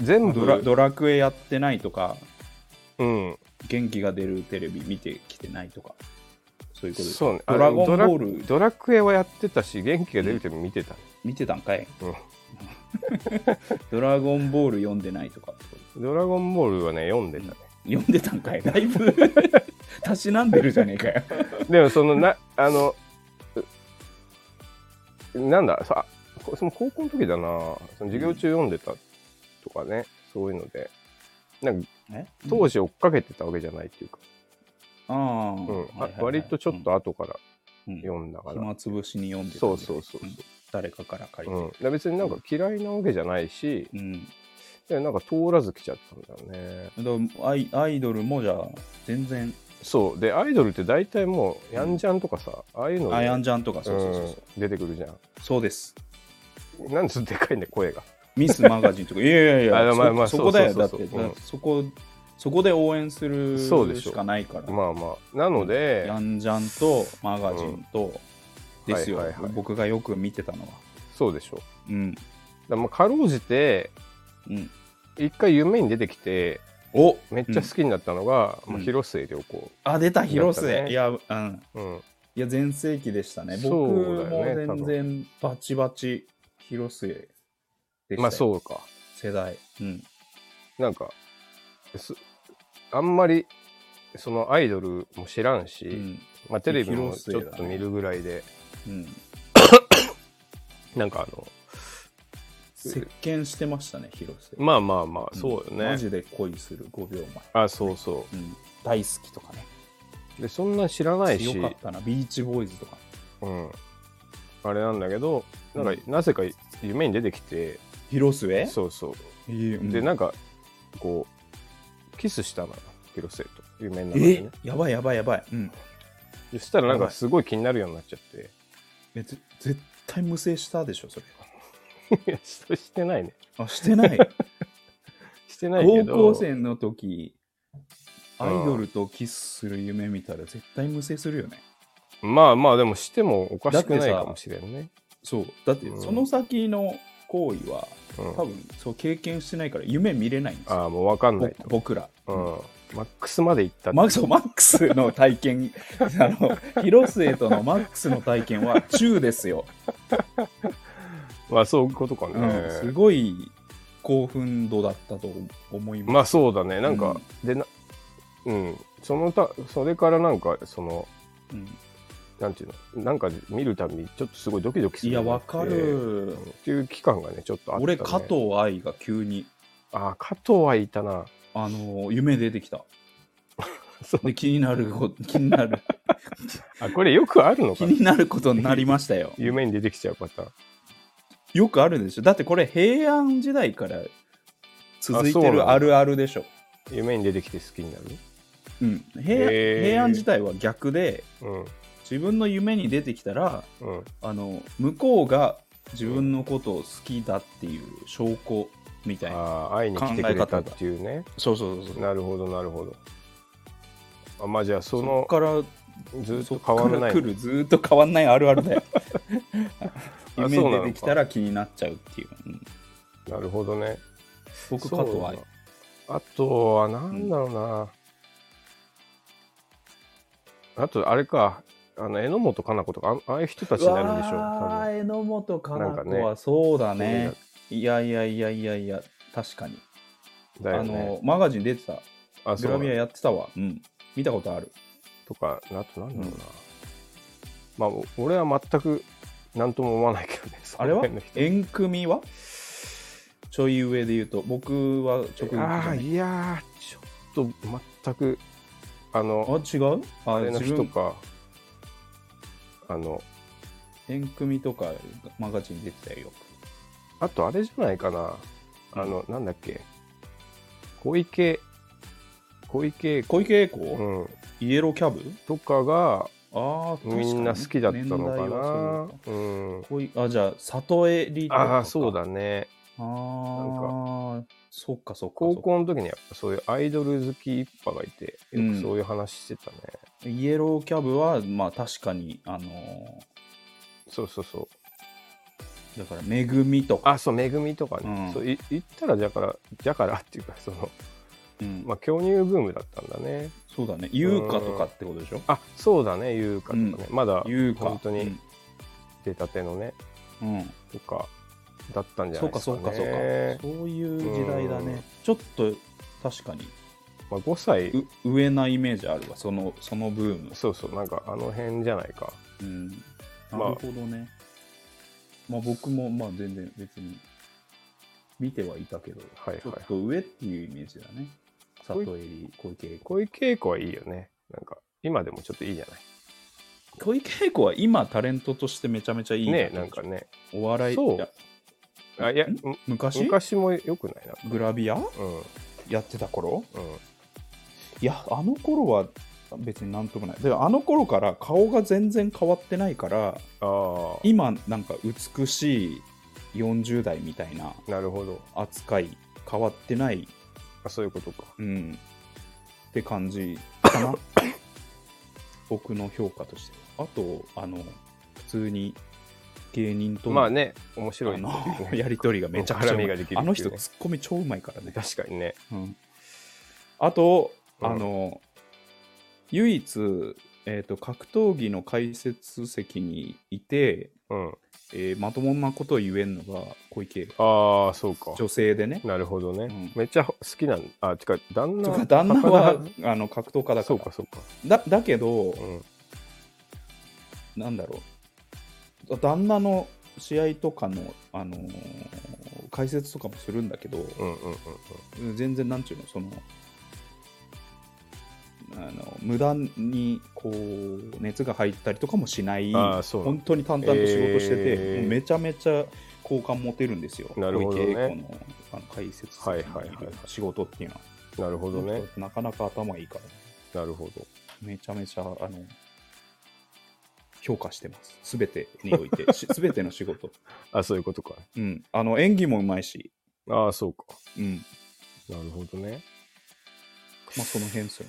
[SPEAKER 2] 全部
[SPEAKER 1] ドラドラクエやってないとか、
[SPEAKER 2] うん
[SPEAKER 1] 元気が出るテレビ見てきてないとか、そういうことです。
[SPEAKER 2] そうね
[SPEAKER 1] ドラゴン
[SPEAKER 2] あの
[SPEAKER 1] ボール
[SPEAKER 2] ドラドラクエはやってたし元気が出るテレビ見てたね、
[SPEAKER 1] 見てたんかい、
[SPEAKER 2] うん
[SPEAKER 1] (laughs) ドラゴンボール読んでないとか。
[SPEAKER 2] ドラゴンボールはね読ん
[SPEAKER 1] (laughs)
[SPEAKER 2] でたね、
[SPEAKER 1] 読んでたんかいだい
[SPEAKER 2] (laughs)
[SPEAKER 1] ぶたしなんでるじゃねえかよ。
[SPEAKER 2] でもそのなあのうなんださこその高校の時だなその授業中読んでたとかね、そういうのでなんか
[SPEAKER 1] え
[SPEAKER 2] 当時追っかけてたわけじゃないっていうか、
[SPEAKER 1] ああ、
[SPEAKER 2] うん
[SPEAKER 1] はいはいはい
[SPEAKER 2] あ割とちょっと後から
[SPEAKER 1] うん
[SPEAKER 2] 読んだから、
[SPEAKER 1] 暇つぶしに読んでたん
[SPEAKER 2] そ
[SPEAKER 1] で
[SPEAKER 2] うそうそうそ
[SPEAKER 1] ん誰かから借
[SPEAKER 2] う、
[SPEAKER 1] り
[SPEAKER 2] うん、
[SPEAKER 1] て
[SPEAKER 2] だから別になんか嫌いなわけじゃないし、
[SPEAKER 1] うん、
[SPEAKER 2] でなんか通らず来ちゃったんだよね
[SPEAKER 1] だからアイアイドルもじゃあ全然
[SPEAKER 2] そうでアイドルって大体もうヤンジャンとかさ、ああいうので
[SPEAKER 1] アイアンジャンとかそうそうそううんそう、
[SPEAKER 2] 出てくるじゃん
[SPEAKER 1] そうです
[SPEAKER 2] なんでちょっとでかいんだよ声が
[SPEAKER 1] ミスマガジン
[SPEAKER 2] (laughs)
[SPEAKER 1] とかいやいやい
[SPEAKER 2] あ
[SPEAKER 1] やそ,、
[SPEAKER 2] まあまあ
[SPEAKER 1] そこだよ
[SPEAKER 2] そ
[SPEAKER 1] だ
[SPEAKER 2] う
[SPEAKER 1] っ
[SPEAKER 2] そう
[SPEAKER 1] て、
[SPEAKER 2] そうそう
[SPEAKER 1] だってそこそこで応援する
[SPEAKER 2] そうでしょ
[SPEAKER 1] しかないから、
[SPEAKER 2] まあまあなので、
[SPEAKER 1] ヤンジャンとマガジンと、
[SPEAKER 2] うん
[SPEAKER 1] ですよ、
[SPEAKER 2] はいはいはい
[SPEAKER 1] 僕がよく見てたのは
[SPEAKER 2] そうでしょだか
[SPEAKER 1] うん
[SPEAKER 2] らまあかろうじて
[SPEAKER 1] うん
[SPEAKER 2] 一回夢に出てきて
[SPEAKER 1] お
[SPEAKER 2] めっちゃ好きになったのが、
[SPEAKER 1] うん
[SPEAKER 2] まあ、広末涼子、
[SPEAKER 1] あ出た広
[SPEAKER 2] だっ
[SPEAKER 1] 末、
[SPEAKER 2] たね
[SPEAKER 1] いやうん
[SPEAKER 2] うん、
[SPEAKER 1] いや、全盛期でしたね。僕
[SPEAKER 2] そうだ
[SPEAKER 1] も
[SPEAKER 2] よね
[SPEAKER 1] 全然バチバチ広末でしたよ。。
[SPEAKER 2] まあそううか
[SPEAKER 1] 世代。うん。
[SPEAKER 2] なんかすあんまりそのアイドルも知らんし、
[SPEAKER 1] うん。
[SPEAKER 2] まあ、テレビも
[SPEAKER 1] 広
[SPEAKER 2] ち
[SPEAKER 1] 末
[SPEAKER 2] ょっ
[SPEAKER 1] だね
[SPEAKER 2] と見るぐらいで、
[SPEAKER 1] うん。
[SPEAKER 2] なんかあの
[SPEAKER 1] 石鹸してましたね、広末。
[SPEAKER 2] まあまあまあそうよ
[SPEAKER 1] んマ
[SPEAKER 2] ね、
[SPEAKER 1] ジで恋する5秒
[SPEAKER 2] あそうそ
[SPEAKER 1] 前。うん。大好きとかね。
[SPEAKER 2] うでそんな知らないし
[SPEAKER 1] 強かったな。ビーチボーイズとか。
[SPEAKER 2] うん、あれなんだけどなんか、
[SPEAKER 1] うん
[SPEAKER 2] なぜか夢に出てきて
[SPEAKER 1] 広末
[SPEAKER 2] そうそう
[SPEAKER 1] いいうん
[SPEAKER 2] でなんかこうキスしたのよ広末と夢の中で
[SPEAKER 1] え
[SPEAKER 2] ね
[SPEAKER 1] やばいやばいやばい。うん。
[SPEAKER 2] そしたらなん
[SPEAKER 1] や
[SPEAKER 2] か
[SPEAKER 1] ばい
[SPEAKER 2] すごい気になるようになっちゃって
[SPEAKER 1] えぜ絶対無制したでしょ、それ。
[SPEAKER 2] いやそうして (laughs) ないね
[SPEAKER 1] あ、してない。
[SPEAKER 2] してないけ
[SPEAKER 1] 高
[SPEAKER 2] ど
[SPEAKER 1] 校生の時、アイドルとキスする夢見たら絶対無制するよね。
[SPEAKER 2] まあまあでもしてもおかし
[SPEAKER 1] だ
[SPEAKER 2] く
[SPEAKER 1] っ
[SPEAKER 2] な
[SPEAKER 1] て
[SPEAKER 2] い
[SPEAKER 1] さ
[SPEAKER 2] かもしれんね
[SPEAKER 1] そうだって
[SPEAKER 2] うん
[SPEAKER 1] その先の行為は、
[SPEAKER 2] うん
[SPEAKER 1] 多分そう経験してないから夢見れないんですよ
[SPEAKER 2] ああもう分かんない
[SPEAKER 1] ぼ僕ら、
[SPEAKER 2] と、うん、マックスまで行ったって
[SPEAKER 1] マックスマックスの体験 (laughs) あの広末とのマックスの体験は中ですよ、
[SPEAKER 2] まあそういうことかね、
[SPEAKER 1] うん、すごい興奮度だったと思います、
[SPEAKER 2] まあそうだねなんか、でなうんそのたそれからなんかその
[SPEAKER 1] うん
[SPEAKER 2] なんていうのなんか見るたびにちょっとすごいドキドキす
[SPEAKER 1] い
[SPEAKER 2] る
[SPEAKER 1] や
[SPEAKER 2] ようになっ
[SPEAKER 1] わ
[SPEAKER 2] て
[SPEAKER 1] かる、
[SPEAKER 2] うんっていう期間がねちょっとあった、ね、
[SPEAKER 1] 俺加藤愛が急に
[SPEAKER 2] ああ加藤はいたな
[SPEAKER 1] あの夢出てきた
[SPEAKER 2] (laughs) そう
[SPEAKER 1] で気になること気に
[SPEAKER 2] (laughs)
[SPEAKER 1] なる
[SPEAKER 2] あこれよくあるの
[SPEAKER 1] 気
[SPEAKER 2] かな
[SPEAKER 1] になることになりましたよ
[SPEAKER 2] 夢に出てきちゃうパターン
[SPEAKER 1] よくあるでしょだってこれ平安時代から続いてるあるあるでしょ
[SPEAKER 2] 夢に出てきて好きになる
[SPEAKER 1] うん、平
[SPEAKER 2] へー
[SPEAKER 1] 平安時代は逆で
[SPEAKER 2] うん
[SPEAKER 1] 自分の夢に出てきたら
[SPEAKER 2] うん
[SPEAKER 1] あの向こうが自分のことを好きだっていう証拠みたいな
[SPEAKER 2] ああ会いに来てくれたっていうね
[SPEAKER 1] そうそうそうそう
[SPEAKER 2] なるほどなるほどあまあじゃあそ
[SPEAKER 1] その
[SPEAKER 2] の
[SPEAKER 1] から
[SPEAKER 2] ずっ
[SPEAKER 1] そ
[SPEAKER 2] と
[SPEAKER 1] っか
[SPEAKER 2] 変わらな
[SPEAKER 1] ら
[SPEAKER 2] い
[SPEAKER 1] 来るずーっと変わんないあるあるだよ
[SPEAKER 2] あ
[SPEAKER 1] 夢
[SPEAKER 2] そう
[SPEAKER 1] に
[SPEAKER 2] な
[SPEAKER 1] 出
[SPEAKER 2] のか
[SPEAKER 1] てきたら気になっちゃうっていう、うん
[SPEAKER 2] なるほどね
[SPEAKER 1] 僕
[SPEAKER 2] そう
[SPEAKER 1] 加藤愛
[SPEAKER 2] あとはなんだろうな、あとあれかあの榎本かな子とかあああいう人たちになるでし
[SPEAKER 1] う
[SPEAKER 2] ょう
[SPEAKER 1] わ
[SPEAKER 2] 多
[SPEAKER 1] ー榎本かな
[SPEAKER 2] なん
[SPEAKER 1] 子
[SPEAKER 2] かね
[SPEAKER 1] はそうだ
[SPEAKER 2] 分
[SPEAKER 1] ねいやいやいやいやいや確かに、
[SPEAKER 2] だよ
[SPEAKER 1] あ
[SPEAKER 2] ね
[SPEAKER 1] のマガジン出てた
[SPEAKER 2] あの
[SPEAKER 1] グラビアやってたわうん見たことある
[SPEAKER 2] とかあとなんだろうな、まあお俺は全く何とも思わないけどね
[SPEAKER 1] (laughs) あれは
[SPEAKER 2] その辺の人
[SPEAKER 1] 縁組はちょい上で言うと、僕は直撃じゃ
[SPEAKER 2] ああ
[SPEAKER 1] ない
[SPEAKER 2] ーいやーちょっと全くあの
[SPEAKER 1] あ違うあ
[SPEAKER 2] あれの
[SPEAKER 1] 自
[SPEAKER 2] 日と
[SPEAKER 1] 分
[SPEAKER 2] かあの
[SPEAKER 1] 円組とかマガジン出てたよよ
[SPEAKER 2] あとあれじゃないかなあのなんだっけ小池小池
[SPEAKER 1] く小池栄子、
[SPEAKER 2] うん、
[SPEAKER 1] イエローキャブ
[SPEAKER 2] とかが
[SPEAKER 1] ああ
[SPEAKER 2] みんな好きだったのか
[SPEAKER 1] 年代はそう
[SPEAKER 2] なうん
[SPEAKER 1] こいあじゃあ里江リーとか
[SPEAKER 2] ああそうだね
[SPEAKER 1] ああそっかそっか
[SPEAKER 2] 高校の時にやっぱそういうアイドル好き一派がいて
[SPEAKER 1] う
[SPEAKER 2] よ
[SPEAKER 1] ん
[SPEAKER 2] くそういう話してたね、
[SPEAKER 1] イエローキャブはまあ確かにあの
[SPEAKER 2] そうそうそう
[SPEAKER 1] ーだから「めぐみ」とか、
[SPEAKER 2] あそう「めぐみ」とかね、
[SPEAKER 1] うん
[SPEAKER 2] そうい言ったらだからだからっていうかその
[SPEAKER 1] うん
[SPEAKER 2] まあ巨乳ブームだったんだね
[SPEAKER 1] そうだね優香とかってことでしょ
[SPEAKER 2] あそうだね優香とかね、まだ
[SPEAKER 1] 優香
[SPEAKER 2] 本当に出たてのね
[SPEAKER 1] うん、うん
[SPEAKER 2] とかだったんじゃ
[SPEAKER 1] そ
[SPEAKER 2] な
[SPEAKER 1] う
[SPEAKER 2] いで
[SPEAKER 1] か
[SPEAKER 2] すか
[SPEAKER 1] そう
[SPEAKER 2] ね
[SPEAKER 1] かそうかそういう時代だ
[SPEAKER 2] うん
[SPEAKER 1] ねちょっと確かに
[SPEAKER 2] まあ、5歳
[SPEAKER 1] う上なイメージあるわそのそのブーム
[SPEAKER 2] そうそうなんかあの辺じゃないか
[SPEAKER 1] うん、なる
[SPEAKER 2] まあ
[SPEAKER 1] ほどね。まあ、僕もまあ全然別に見てはいたけど、
[SPEAKER 2] はいはい
[SPEAKER 1] ちょっと上っていうイメージだね。
[SPEAKER 2] 小い
[SPEAKER 1] 里襟、小池栄子。
[SPEAKER 2] こういう稽古はいいよねなんか今でもちょっといいじゃない
[SPEAKER 1] 小池栄子は今タレントとしてめちゃめちゃいい
[SPEAKER 2] ねなんかね
[SPEAKER 1] お笑い
[SPEAKER 2] そう
[SPEAKER 1] いや
[SPEAKER 2] あいや
[SPEAKER 1] ん
[SPEAKER 2] む
[SPEAKER 1] 昔
[SPEAKER 2] 昔も良くないな
[SPEAKER 1] グラビア
[SPEAKER 2] うん
[SPEAKER 1] やってた頃
[SPEAKER 2] うん
[SPEAKER 1] いやあの頃は別になんともないでもあの頃から顔が全然変わってないから
[SPEAKER 2] あ
[SPEAKER 1] 今なんか美しい40代みたいな
[SPEAKER 2] あなるほど
[SPEAKER 1] 扱い変わってない
[SPEAKER 2] あそういうことか
[SPEAKER 1] うん、って感じか (coughs) な僕の評価としてあとあの普通に芸人との,、
[SPEAKER 2] まあね面白
[SPEAKER 1] あ
[SPEAKER 2] いね
[SPEAKER 1] のやり取りがめちゃくちゃうまい
[SPEAKER 2] 絡みができるっていうね
[SPEAKER 1] あの人ツッコミ超うまいからね、
[SPEAKER 2] (laughs) 確かにね
[SPEAKER 1] うん、あと、
[SPEAKER 2] うん
[SPEAKER 1] あの唯一、えー、と格闘技の解説席にいて、
[SPEAKER 2] うん
[SPEAKER 1] えーまともなことを言えんのが小池
[SPEAKER 2] ああそうか
[SPEAKER 1] 女性でね
[SPEAKER 2] なるほどね、
[SPEAKER 1] うん
[SPEAKER 2] めっちゃ好きなんあてか旦
[SPEAKER 1] とか
[SPEAKER 2] 那
[SPEAKER 1] 旦那は
[SPEAKER 2] 高
[SPEAKER 1] あの格闘家
[SPEAKER 2] 田
[SPEAKER 1] だか
[SPEAKER 2] そう
[SPEAKER 1] ら
[SPEAKER 2] かそうか
[SPEAKER 1] だだけど、
[SPEAKER 2] うん
[SPEAKER 1] なんだろう旦那の試合とかの、あのー解説とかもするんだけど、
[SPEAKER 2] うんうんうん
[SPEAKER 1] 全然なんていうのそのあの無駄にこう熱が入ったりとかもしない
[SPEAKER 2] あーそう
[SPEAKER 1] 本当に淡々と仕事してて、
[SPEAKER 2] えー
[SPEAKER 1] もうめちゃめちゃ好感持てるんですよ
[SPEAKER 2] なるほどね
[SPEAKER 1] 小池栄子のあの解説とかの
[SPEAKER 2] はいはいはい
[SPEAKER 1] 仕事っていうのは,、
[SPEAKER 2] なるほどね
[SPEAKER 1] なかなか頭いいから、ね、
[SPEAKER 2] なるほど
[SPEAKER 1] めちゃめちゃあの評価してます。すべてにおいて、 (laughs) すべての仕事。
[SPEAKER 2] あそういうことか
[SPEAKER 1] うん。あの演技もうまいし、
[SPEAKER 2] ああそうか
[SPEAKER 1] うん。
[SPEAKER 2] なるほどね
[SPEAKER 1] まあその辺ですよ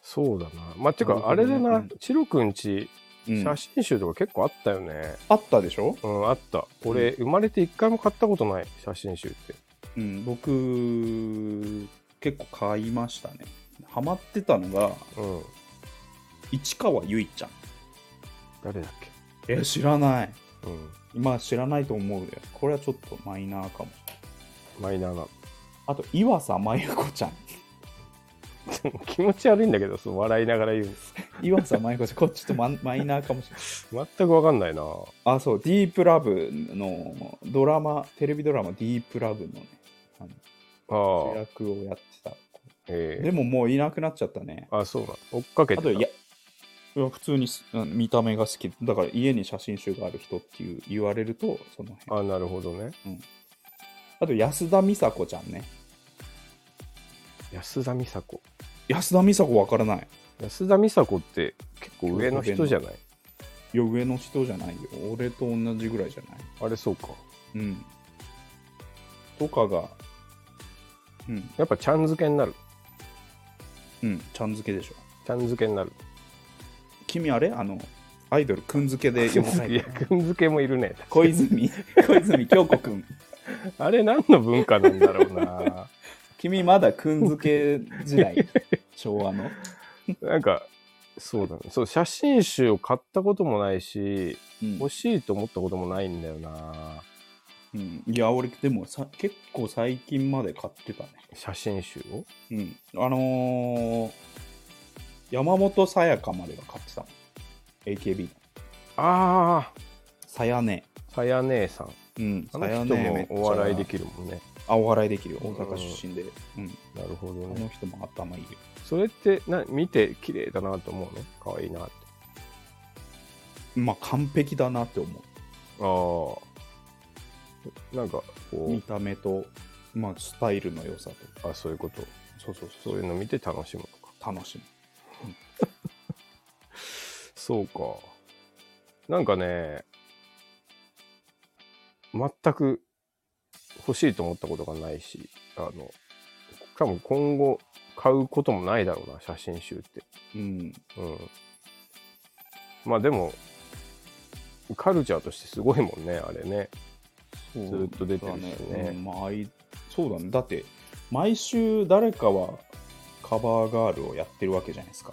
[SPEAKER 2] そうだなまあてか
[SPEAKER 1] な
[SPEAKER 2] あ
[SPEAKER 1] るほ
[SPEAKER 2] れ
[SPEAKER 1] どね
[SPEAKER 2] でな、
[SPEAKER 1] うん
[SPEAKER 2] チロくんち
[SPEAKER 1] ね。う
[SPEAKER 2] 写
[SPEAKER 1] ん、
[SPEAKER 2] 真集とか結構あったよね
[SPEAKER 1] あったでしょ、
[SPEAKER 2] うん、あった俺、生まれて一回も買ったことない写真集って
[SPEAKER 1] うん、僕、結構買いましたね。ハマってたのが、
[SPEAKER 2] うん
[SPEAKER 1] 市川由衣ちゃん。
[SPEAKER 2] 誰だっけ
[SPEAKER 1] え、知らない。
[SPEAKER 2] うん
[SPEAKER 1] 今知らないと思うよ。これはちょっとマイナーかも。
[SPEAKER 2] マイナーな (laughs)
[SPEAKER 1] あと、岩佐真由子ちゃん。 (laughs)
[SPEAKER 2] 気持ち悪いんだけどそう笑いながら言う
[SPEAKER 1] 岩佐真由子ちゃん。これちょっとマンマイナーかもしれない。
[SPEAKER 2] の全くわかんないな
[SPEAKER 1] あ、そう、ディープラブのドラマ、テレビドラマ、ディープラブのね、あの主
[SPEAKER 2] ああ
[SPEAKER 1] 役をやってた子。
[SPEAKER 2] え
[SPEAKER 1] でももういなくなっちゃったね。
[SPEAKER 2] あそうなの追っかけ
[SPEAKER 1] あと、
[SPEAKER 2] てた
[SPEAKER 1] いや、いや普通にすうん見た目が好き。だから家に写真集がある人っていう言われると、その辺。
[SPEAKER 2] あなるほどね
[SPEAKER 1] あと、安田美沙子ちゃんね。
[SPEAKER 2] 安田美沙子
[SPEAKER 1] 安田美沙子わからない。
[SPEAKER 2] 安田美沙子って結構上の人じゃない
[SPEAKER 1] いや、上の人じゃないよ。俺と同じぐらいじゃない。
[SPEAKER 2] あれそうか
[SPEAKER 1] うん。とかが、うん、
[SPEAKER 2] やっぱちゃん付けになる
[SPEAKER 1] うん、ちゃん付けでしょ。
[SPEAKER 2] ちゃん付けになる
[SPEAKER 1] 君あれあの、アイドル、くんづけで呼ばない
[SPEAKER 2] (laughs) いやくん付けもいるね
[SPEAKER 1] 小
[SPEAKER 2] (laughs)
[SPEAKER 1] 泉、小泉京子くん。
[SPEAKER 2] あれ何の文化なんだろうな (laughs)
[SPEAKER 1] 君まだくんづけ時代、昭和の。
[SPEAKER 2] なんかそうだねそう写真集を買ったこともないし
[SPEAKER 1] うん
[SPEAKER 2] 欲しいと思ったこともないんだよな
[SPEAKER 1] うんいや、俺、でもさ結構最近まで買ってたね。
[SPEAKER 2] 写真集を
[SPEAKER 1] うん。あのー、山本さやかまでは買ってたもん。AKB の。
[SPEAKER 2] ああ
[SPEAKER 1] さやね。
[SPEAKER 2] さや姉さん
[SPEAKER 1] うん、
[SPEAKER 2] あの
[SPEAKER 1] さや
[SPEAKER 2] 人
[SPEAKER 1] ね
[SPEAKER 2] もお笑いで
[SPEAKER 1] る。
[SPEAKER 2] きるもんね。
[SPEAKER 1] あ、お笑いできるよ。
[SPEAKER 2] うん
[SPEAKER 1] 大阪出身で。うん。
[SPEAKER 2] なるほど
[SPEAKER 1] あ
[SPEAKER 2] ね
[SPEAKER 1] の。人も頭いいよ。
[SPEAKER 2] それってな見て綺麗だなと思うね。可愛いなって。
[SPEAKER 1] まあ、完璧だなって思う。
[SPEAKER 2] ああ。なんかこ
[SPEAKER 1] 見た目と、まあ、スタイルの良さと。
[SPEAKER 2] う、あそういうこと。
[SPEAKER 1] そうそうそ。
[SPEAKER 2] そうう
[SPEAKER 1] そう
[SPEAKER 2] い
[SPEAKER 1] いうう
[SPEAKER 2] の見て楽しむとか。
[SPEAKER 1] 楽しみ。
[SPEAKER 2] そうか。なんかね、全く欲しいと思ったことがないし、あの、多分今後買うこともないだろうな、写真集って。
[SPEAKER 1] うん。
[SPEAKER 2] うん。まあでも、カルチャーとしてすごいもんね、あれね。
[SPEAKER 1] そう
[SPEAKER 2] ずっと出てるしね
[SPEAKER 1] だうんまああい、そうだね。だって、毎週誰かはカバーガールをやってるわけじゃないですか。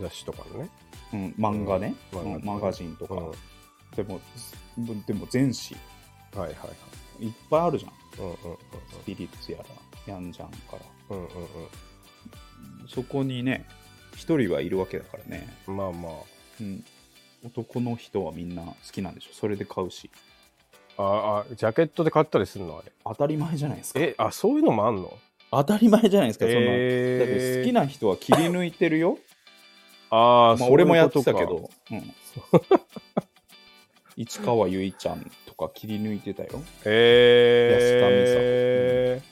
[SPEAKER 2] 雑誌とかのね。
[SPEAKER 1] うん、漫画ね、
[SPEAKER 2] うん
[SPEAKER 1] うん
[SPEAKER 2] 漫画とか
[SPEAKER 1] マガジンとか、
[SPEAKER 2] うんは
[SPEAKER 1] でも、でも全誌
[SPEAKER 2] いはいはい。
[SPEAKER 1] いっぱいあるじゃん。
[SPEAKER 2] うんうん
[SPEAKER 1] スピリッツやら、ヤンジャンから。
[SPEAKER 2] うんうん。うんうん
[SPEAKER 1] そこにね、一人はいるわけだからね。
[SPEAKER 2] うん。まあまあ。
[SPEAKER 1] うん。男の人はみんな好きなんでしょ。それで買うし。
[SPEAKER 2] ああ、ジャケットで買ったりするのあれ。
[SPEAKER 1] 当たり前じゃないですか。
[SPEAKER 2] え、あ、そういうのもあんの
[SPEAKER 1] 当たり前じゃないですか。そんなだって
[SPEAKER 2] え
[SPEAKER 1] 好きな人は切り抜いてるよ。
[SPEAKER 2] ああ、
[SPEAKER 1] ま
[SPEAKER 2] そ
[SPEAKER 1] あ、
[SPEAKER 2] ういう
[SPEAKER 1] 俺もやって
[SPEAKER 2] こ
[SPEAKER 1] た
[SPEAKER 2] とか
[SPEAKER 1] け。ど。うん。 (laughs) 市川由衣ちゃんとか切り抜いてたよ。
[SPEAKER 2] え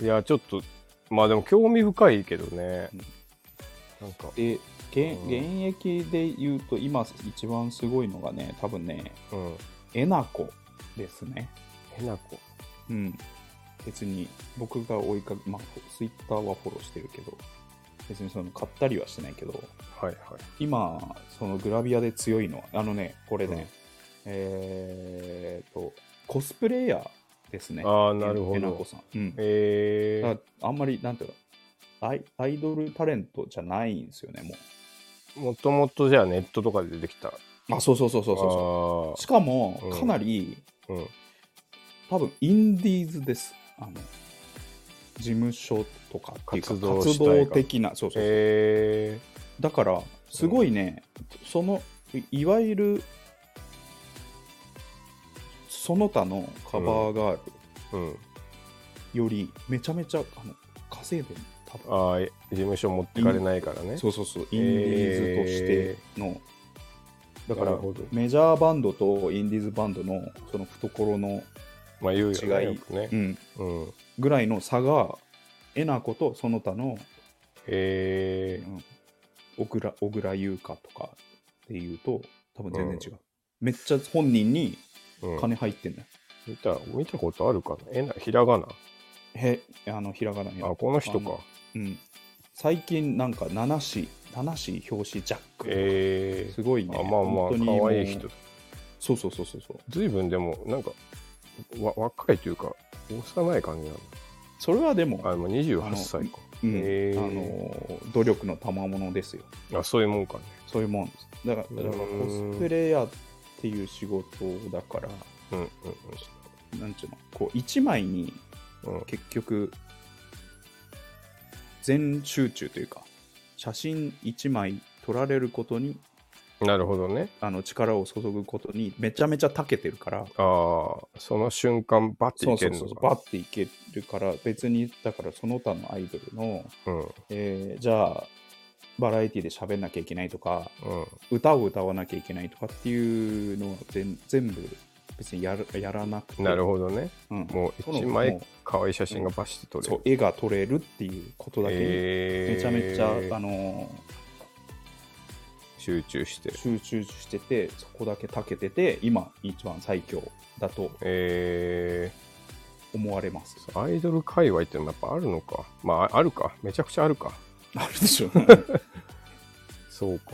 [SPEAKER 2] ー、いや、ちょっと、まあでも興味深いけどね。なんか、
[SPEAKER 1] で、げ
[SPEAKER 2] うん
[SPEAKER 1] 現役で言うと、今一番すごいのがね、多分ね、
[SPEAKER 2] うん。
[SPEAKER 1] えなこですね。
[SPEAKER 2] えなこ。
[SPEAKER 1] うん。別に僕が追いかけ、まあ、ツイッターはフォローしてるけど、別にその買ったりはしてないけど、
[SPEAKER 2] はいはい。
[SPEAKER 1] 今、そのグラビアで強いのは、あのね、これね、えーっと、コスプレイヤーですね。
[SPEAKER 2] ああ、なるほ
[SPEAKER 1] えなこ
[SPEAKER 2] ど。
[SPEAKER 1] さん。うん。
[SPEAKER 2] え
[SPEAKER 1] だあんまり、なんていうのアイ、アイドルタレントじゃないんですよね、も
[SPEAKER 2] ー、もともとじゃあネットとかで出てきた。
[SPEAKER 1] う。あ、そうそうそうそうそうそ。
[SPEAKER 2] そう
[SPEAKER 1] しかも
[SPEAKER 2] う、ん
[SPEAKER 1] かなり、
[SPEAKER 2] う。うん。
[SPEAKER 1] 多分インディーズですあの事務所とかっていうか
[SPEAKER 2] 活動
[SPEAKER 1] 活
[SPEAKER 2] 主体
[SPEAKER 1] 動
[SPEAKER 2] が
[SPEAKER 1] 的なそうそうそう、
[SPEAKER 2] え
[SPEAKER 1] だからすごいね、そのいいわゆるその他のカバーガー
[SPEAKER 2] ー、うん。
[SPEAKER 1] ルよりめちゃめちゃあの稼いでる多分
[SPEAKER 2] ああ、え事務所持ってかれないからね。
[SPEAKER 1] そうそうそうインディーズとしての、だから
[SPEAKER 2] なるほど
[SPEAKER 1] メジャーバンドとインディーズバンドのその懐の、
[SPEAKER 2] まあ言うよ
[SPEAKER 1] 違
[SPEAKER 2] ね。
[SPEAKER 1] い
[SPEAKER 2] よくね
[SPEAKER 1] う。ん、
[SPEAKER 2] うん。
[SPEAKER 1] ぐらいの差がえなことその他の
[SPEAKER 2] えー、
[SPEAKER 1] うん小倉小倉優香とかっていうと多分全然違う、めっちゃ本人に
[SPEAKER 2] うん
[SPEAKER 1] 金入ってんだよ、
[SPEAKER 2] 見た見たことあるかなえなひらがな
[SPEAKER 1] へあのひらがなや
[SPEAKER 2] あこの人か
[SPEAKER 1] あうん最近なんか七子七子表紙ジャック、
[SPEAKER 2] え
[SPEAKER 1] すごい
[SPEAKER 2] ー
[SPEAKER 1] ね
[SPEAKER 2] あまあま
[SPEAKER 1] 本当に
[SPEAKER 2] あ
[SPEAKER 1] も
[SPEAKER 2] 可
[SPEAKER 1] う
[SPEAKER 2] 愛い人
[SPEAKER 1] そうそうそうそうそう
[SPEAKER 2] 随分でもなんかわ若いというか幼い感じなの
[SPEAKER 1] それはでも
[SPEAKER 2] あもう28歳か
[SPEAKER 1] うん
[SPEAKER 2] へー
[SPEAKER 1] あの努力の賜物ですよ
[SPEAKER 2] あそういうもんかね
[SPEAKER 1] そういうもんですだからだから
[SPEAKER 2] うん
[SPEAKER 1] コスプレイヤーっていう仕事だから
[SPEAKER 2] うんうん
[SPEAKER 1] なんちゅうのこう一枚に
[SPEAKER 2] うんうん
[SPEAKER 1] 結局全集中というか写真1枚撮られることに
[SPEAKER 2] なるほどね
[SPEAKER 1] あの力を注ぐことにめちゃめちゃ長けてるから
[SPEAKER 2] ああその瞬間バッて
[SPEAKER 1] そ
[SPEAKER 2] いう
[SPEAKER 1] そ
[SPEAKER 2] け
[SPEAKER 1] う
[SPEAKER 2] る
[SPEAKER 1] そう
[SPEAKER 2] の
[SPEAKER 1] バッ
[SPEAKER 2] か
[SPEAKER 1] ていけるから別にだからその他のアイドルの、
[SPEAKER 2] うん
[SPEAKER 1] えーじゃあバラエティで喋んなきゃいけないとか
[SPEAKER 2] うん
[SPEAKER 1] 歌を歌わなきゃいけないとかっていうのは全全部別にやるやらなくて
[SPEAKER 2] なるほどね
[SPEAKER 1] うん
[SPEAKER 2] もう
[SPEAKER 1] その
[SPEAKER 2] 一
[SPEAKER 1] も
[SPEAKER 2] 枚
[SPEAKER 1] う
[SPEAKER 2] 可愛い写真がバシッと撮
[SPEAKER 1] そ
[SPEAKER 2] れ
[SPEAKER 1] う
[SPEAKER 2] る
[SPEAKER 1] 絵が撮れるっていうことだけに
[SPEAKER 2] えー
[SPEAKER 1] めちゃめちゃ、あのー
[SPEAKER 2] 集中して
[SPEAKER 1] 集中しててそこだけたけてて今一番最強だと
[SPEAKER 2] えー、
[SPEAKER 1] 思われます
[SPEAKER 2] アイドル界隈ってのもやっぱあるのか。まあ、ああるか。めちゃくちゃあるか。
[SPEAKER 1] あるでしょ
[SPEAKER 2] そうか。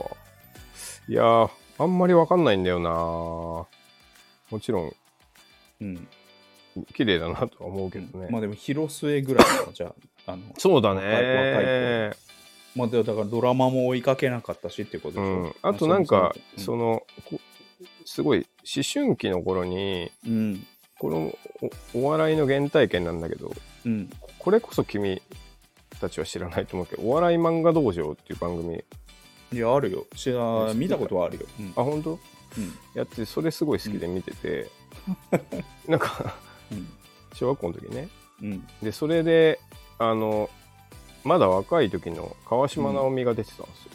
[SPEAKER 2] いやー、あんまりわかんないんだよなもちろん、 (laughs)
[SPEAKER 1] うん、
[SPEAKER 2] 綺麗だなとは思うけどね。
[SPEAKER 1] まあでも広末ぐらいはじゃ
[SPEAKER 2] (laughs)
[SPEAKER 1] ああの
[SPEAKER 2] そうだ
[SPEAKER 1] 若
[SPEAKER 2] ね。
[SPEAKER 1] まあでだからドラマも追いかけなかったしっていうこと
[SPEAKER 2] う
[SPEAKER 1] でしょ、
[SPEAKER 2] ん。あとなんか、
[SPEAKER 1] そ
[SPEAKER 2] そ
[SPEAKER 1] の
[SPEAKER 2] の、こすごい、思春期の頃に、
[SPEAKER 1] うん
[SPEAKER 2] このおお笑いの原体験なんだけど、
[SPEAKER 1] うん
[SPEAKER 2] これこそ君たちは知らないと思うけど、お笑い漫画道場っていう番組、
[SPEAKER 1] いやあるよしあ
[SPEAKER 2] ね
[SPEAKER 1] 見たことはあるよ、うん
[SPEAKER 2] あ、本当やってそれすごい好きで見
[SPEAKER 1] (laughs)
[SPEAKER 2] てて、なんか
[SPEAKER 1] うん
[SPEAKER 2] 小学校の時ね
[SPEAKER 1] うん
[SPEAKER 2] でそれであのまだ若い時の川島直美が出てたんです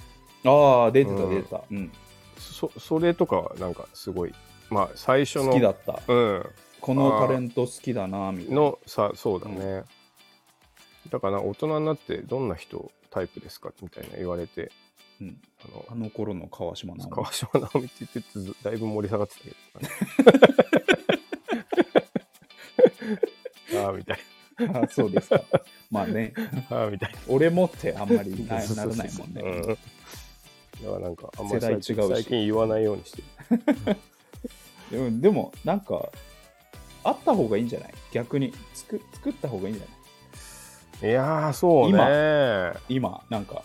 [SPEAKER 2] よ、
[SPEAKER 1] ああ出て
[SPEAKER 2] う
[SPEAKER 1] た
[SPEAKER 2] ん
[SPEAKER 1] 出てた、うん、
[SPEAKER 2] そそれとかなんかすごいまあ最初の
[SPEAKER 1] 好きだった
[SPEAKER 2] うん
[SPEAKER 1] このタレント好きだなみたいな
[SPEAKER 2] のさそうだね、だから大人になってどんな人タイプですかみたいな言われて
[SPEAKER 1] うん
[SPEAKER 2] あの
[SPEAKER 1] あの頃の川島直美
[SPEAKER 2] 川島直美って言ってずだいぶ盛り下がって
[SPEAKER 1] (laughs)
[SPEAKER 2] たけどな (laughs) ああみたい
[SPEAKER 1] あそうです
[SPEAKER 2] (laughs)
[SPEAKER 1] かまあね
[SPEAKER 2] なああみたい
[SPEAKER 1] 俺もってあんまり
[SPEAKER 2] な
[SPEAKER 1] なならないもんね、
[SPEAKER 2] うん、だからなんかあんま
[SPEAKER 1] 世
[SPEAKER 2] り
[SPEAKER 1] 代違う
[SPEAKER 2] 最
[SPEAKER 1] し
[SPEAKER 2] 近最近言わないようにしてる
[SPEAKER 1] でもでもなんかあった方がいいんじゃない逆に作作った方がいいんじゃない
[SPEAKER 2] いやーそうね
[SPEAKER 1] 今なんか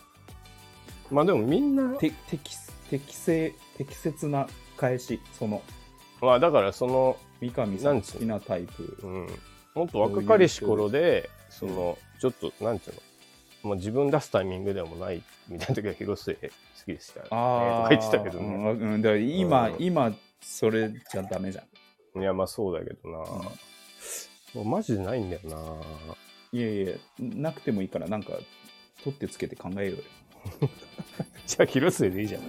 [SPEAKER 2] まあでもみんな
[SPEAKER 1] て適適正適切な返しその
[SPEAKER 2] まあだからその、
[SPEAKER 1] 三上さ
[SPEAKER 2] なんん
[SPEAKER 1] 好
[SPEAKER 2] つうの
[SPEAKER 1] きなタイプ
[SPEAKER 2] うん、もっと若かりし頃でそのちょっとなんていうの、まあ、自分出すタイミングでもないみたいな時は広末好きでした、ね、と
[SPEAKER 1] あ
[SPEAKER 2] か
[SPEAKER 1] あ
[SPEAKER 2] 言ってたけどね、
[SPEAKER 1] うんうんだから今、
[SPEAKER 2] うん
[SPEAKER 1] 今それじゃダメじゃん
[SPEAKER 2] いやまあそうだけどな、もうマジでないんだよない
[SPEAKER 1] やいやなくてもいいからなんか取ってつけて考えようよ
[SPEAKER 2] じゃあ広末でいいじゃん
[SPEAKER 1] い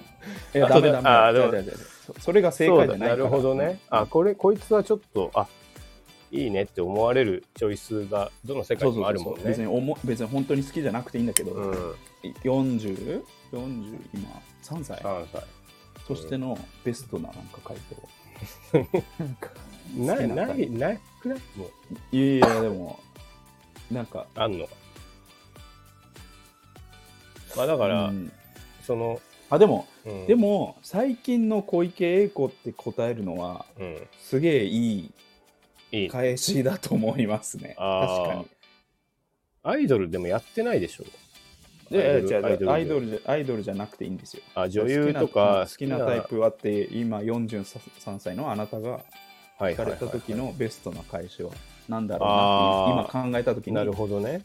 [SPEAKER 1] や
[SPEAKER 2] あそ
[SPEAKER 1] ダ
[SPEAKER 2] うだ
[SPEAKER 1] メ
[SPEAKER 2] あ
[SPEAKER 1] ダ
[SPEAKER 2] ーで
[SPEAKER 1] メ違う違
[SPEAKER 2] も
[SPEAKER 1] う違うそそれが正
[SPEAKER 2] そう
[SPEAKER 1] 解じ
[SPEAKER 2] だ
[SPEAKER 1] ゃないから
[SPEAKER 2] なるほどね、あこれこいつはちょっとあいいねって思われるチョイスがどの世界
[SPEAKER 1] そうそう
[SPEAKER 2] にも
[SPEAKER 1] そ
[SPEAKER 2] あ
[SPEAKER 1] う
[SPEAKER 2] る
[SPEAKER 1] そ
[SPEAKER 2] も
[SPEAKER 1] うん別
[SPEAKER 2] ね
[SPEAKER 1] におも別に本当に好きじゃなくていいんだけど、
[SPEAKER 2] うん
[SPEAKER 1] 4040今3歳
[SPEAKER 2] 3歳
[SPEAKER 1] としてのベストななんか回答
[SPEAKER 2] (laughs) ないな
[SPEAKER 1] 好き
[SPEAKER 2] いないくらいもう
[SPEAKER 1] いやいやでもなんか
[SPEAKER 2] あんのかまあだから、
[SPEAKER 1] うん
[SPEAKER 2] その、
[SPEAKER 1] あでも、
[SPEAKER 2] うん
[SPEAKER 1] で、も最近の小池栄子って答えるのは
[SPEAKER 2] うん、
[SPEAKER 1] すげえい
[SPEAKER 2] い
[SPEAKER 1] い
[SPEAKER 2] い
[SPEAKER 1] 返しだと思いますね
[SPEAKER 2] あ
[SPEAKER 1] 確
[SPEAKER 2] ー
[SPEAKER 1] かに
[SPEAKER 2] アイドルでもやってないでしょ
[SPEAKER 1] で違う違うアイド
[SPEAKER 2] ル
[SPEAKER 1] ルじゃアイドルじゃなくていいんですよ
[SPEAKER 2] あ女優とか
[SPEAKER 1] 好きな好きなタイプはって今43歳のあなたが
[SPEAKER 2] はい
[SPEAKER 1] 聞か
[SPEAKER 2] は
[SPEAKER 1] れ
[SPEAKER 2] いはい
[SPEAKER 1] た
[SPEAKER 2] はい
[SPEAKER 1] 時のベストな返しは何だろうなっていう今考えた時
[SPEAKER 2] なる
[SPEAKER 1] に
[SPEAKER 2] ほどね、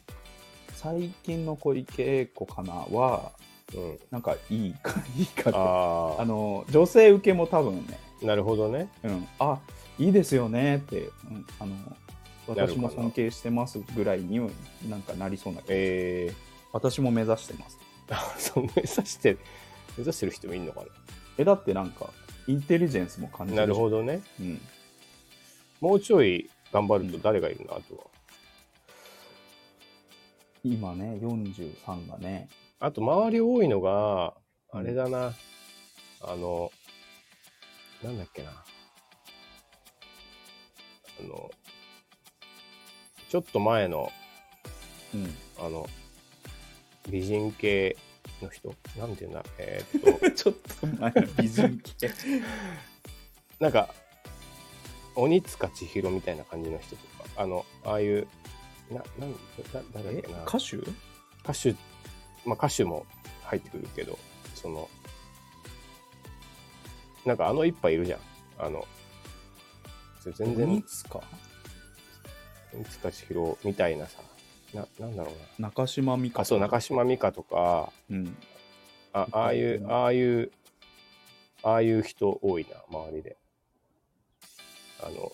[SPEAKER 1] 最近の小池栄子かなは
[SPEAKER 2] うん、
[SPEAKER 1] なんかいいかいいかあ
[SPEAKER 2] ああ
[SPEAKER 1] の女性受けも多分ね、
[SPEAKER 2] なるほどね
[SPEAKER 1] うん、あいいですよねって、うん、あの
[SPEAKER 2] なるか
[SPEAKER 1] 私
[SPEAKER 2] な
[SPEAKER 1] も尊敬してますぐらいになんかなりそうな気が
[SPEAKER 2] え
[SPEAKER 1] 私も目指してます
[SPEAKER 2] ー、 (laughs) あそう目指して目指してる人もいるのか
[SPEAKER 1] えだってなんかインテリジェンスも感じ
[SPEAKER 2] な
[SPEAKER 1] る
[SPEAKER 2] なる
[SPEAKER 1] ど、
[SPEAKER 2] ほどね
[SPEAKER 1] うん、
[SPEAKER 2] もうちょい頑張ると誰がいるのあとは
[SPEAKER 1] 今ね43がね
[SPEAKER 2] あと周り多いのが
[SPEAKER 1] うん
[SPEAKER 2] あれだな、あのなんだっけなあのちょっと前の
[SPEAKER 1] うん
[SPEAKER 2] (laughs) あの美人系の人なんていうんだえーっ
[SPEAKER 1] (laughs)
[SPEAKER 2] と
[SPEAKER 1] ちょっと前の美人系
[SPEAKER 2] なんか鬼塚千尋みたいな感じの人とかあのああいうななんだ誰だっ
[SPEAKER 1] え
[SPEAKER 2] けな
[SPEAKER 1] 歌手
[SPEAKER 2] 歌手、まあ、歌手も入ってくるけど、その、なんかあの一杯いるじゃん。あの、全
[SPEAKER 1] 鬼
[SPEAKER 2] 然、
[SPEAKER 1] 塚
[SPEAKER 2] 塚千尋みたいなさ、な、なんだろう
[SPEAKER 1] 中島美
[SPEAKER 2] な。
[SPEAKER 1] 嘉
[SPEAKER 2] あ、そう、中島美嘉とか、
[SPEAKER 1] うん
[SPEAKER 2] あああいう、ああいう、ああいう人多いな、周りで。あの、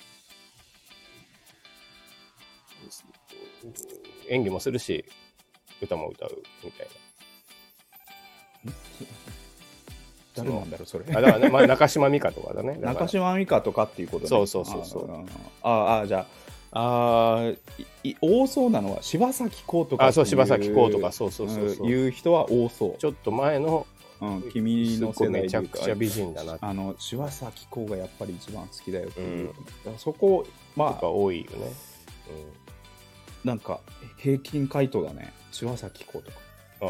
[SPEAKER 2] 演技もするし、歌も歌うみたいな。
[SPEAKER 1] (laughs) 誰なんだろうそれ
[SPEAKER 2] あだから、ねまあ、中島美嘉とかだね。だか
[SPEAKER 1] (laughs)
[SPEAKER 2] ら
[SPEAKER 1] 中島美嘉とかっていうことね
[SPEAKER 2] そうそうそうそう
[SPEAKER 1] あーあーじゃああーいい多そうなのは柴咲コウとか
[SPEAKER 2] あ、そ
[SPEAKER 1] っ
[SPEAKER 2] う、
[SPEAKER 1] てい
[SPEAKER 2] 柴咲コウとか、そうそうそうそう
[SPEAKER 1] うんいう人は多そう
[SPEAKER 2] ちょっと前の、
[SPEAKER 1] うん、君
[SPEAKER 2] すっ
[SPEAKER 1] の
[SPEAKER 2] ごい
[SPEAKER 1] 世代
[SPEAKER 2] めち
[SPEAKER 1] で
[SPEAKER 2] ゃ
[SPEAKER 1] いう
[SPEAKER 2] く
[SPEAKER 1] か
[SPEAKER 2] ちゃ美人だなと
[SPEAKER 1] あの柴咲コウがやっぱり一番好きだよっていう、だからそこま
[SPEAKER 2] か
[SPEAKER 1] あ
[SPEAKER 2] 多いよね。
[SPEAKER 1] なんか平均回答だね柴咲コウとか
[SPEAKER 2] うん、ああ、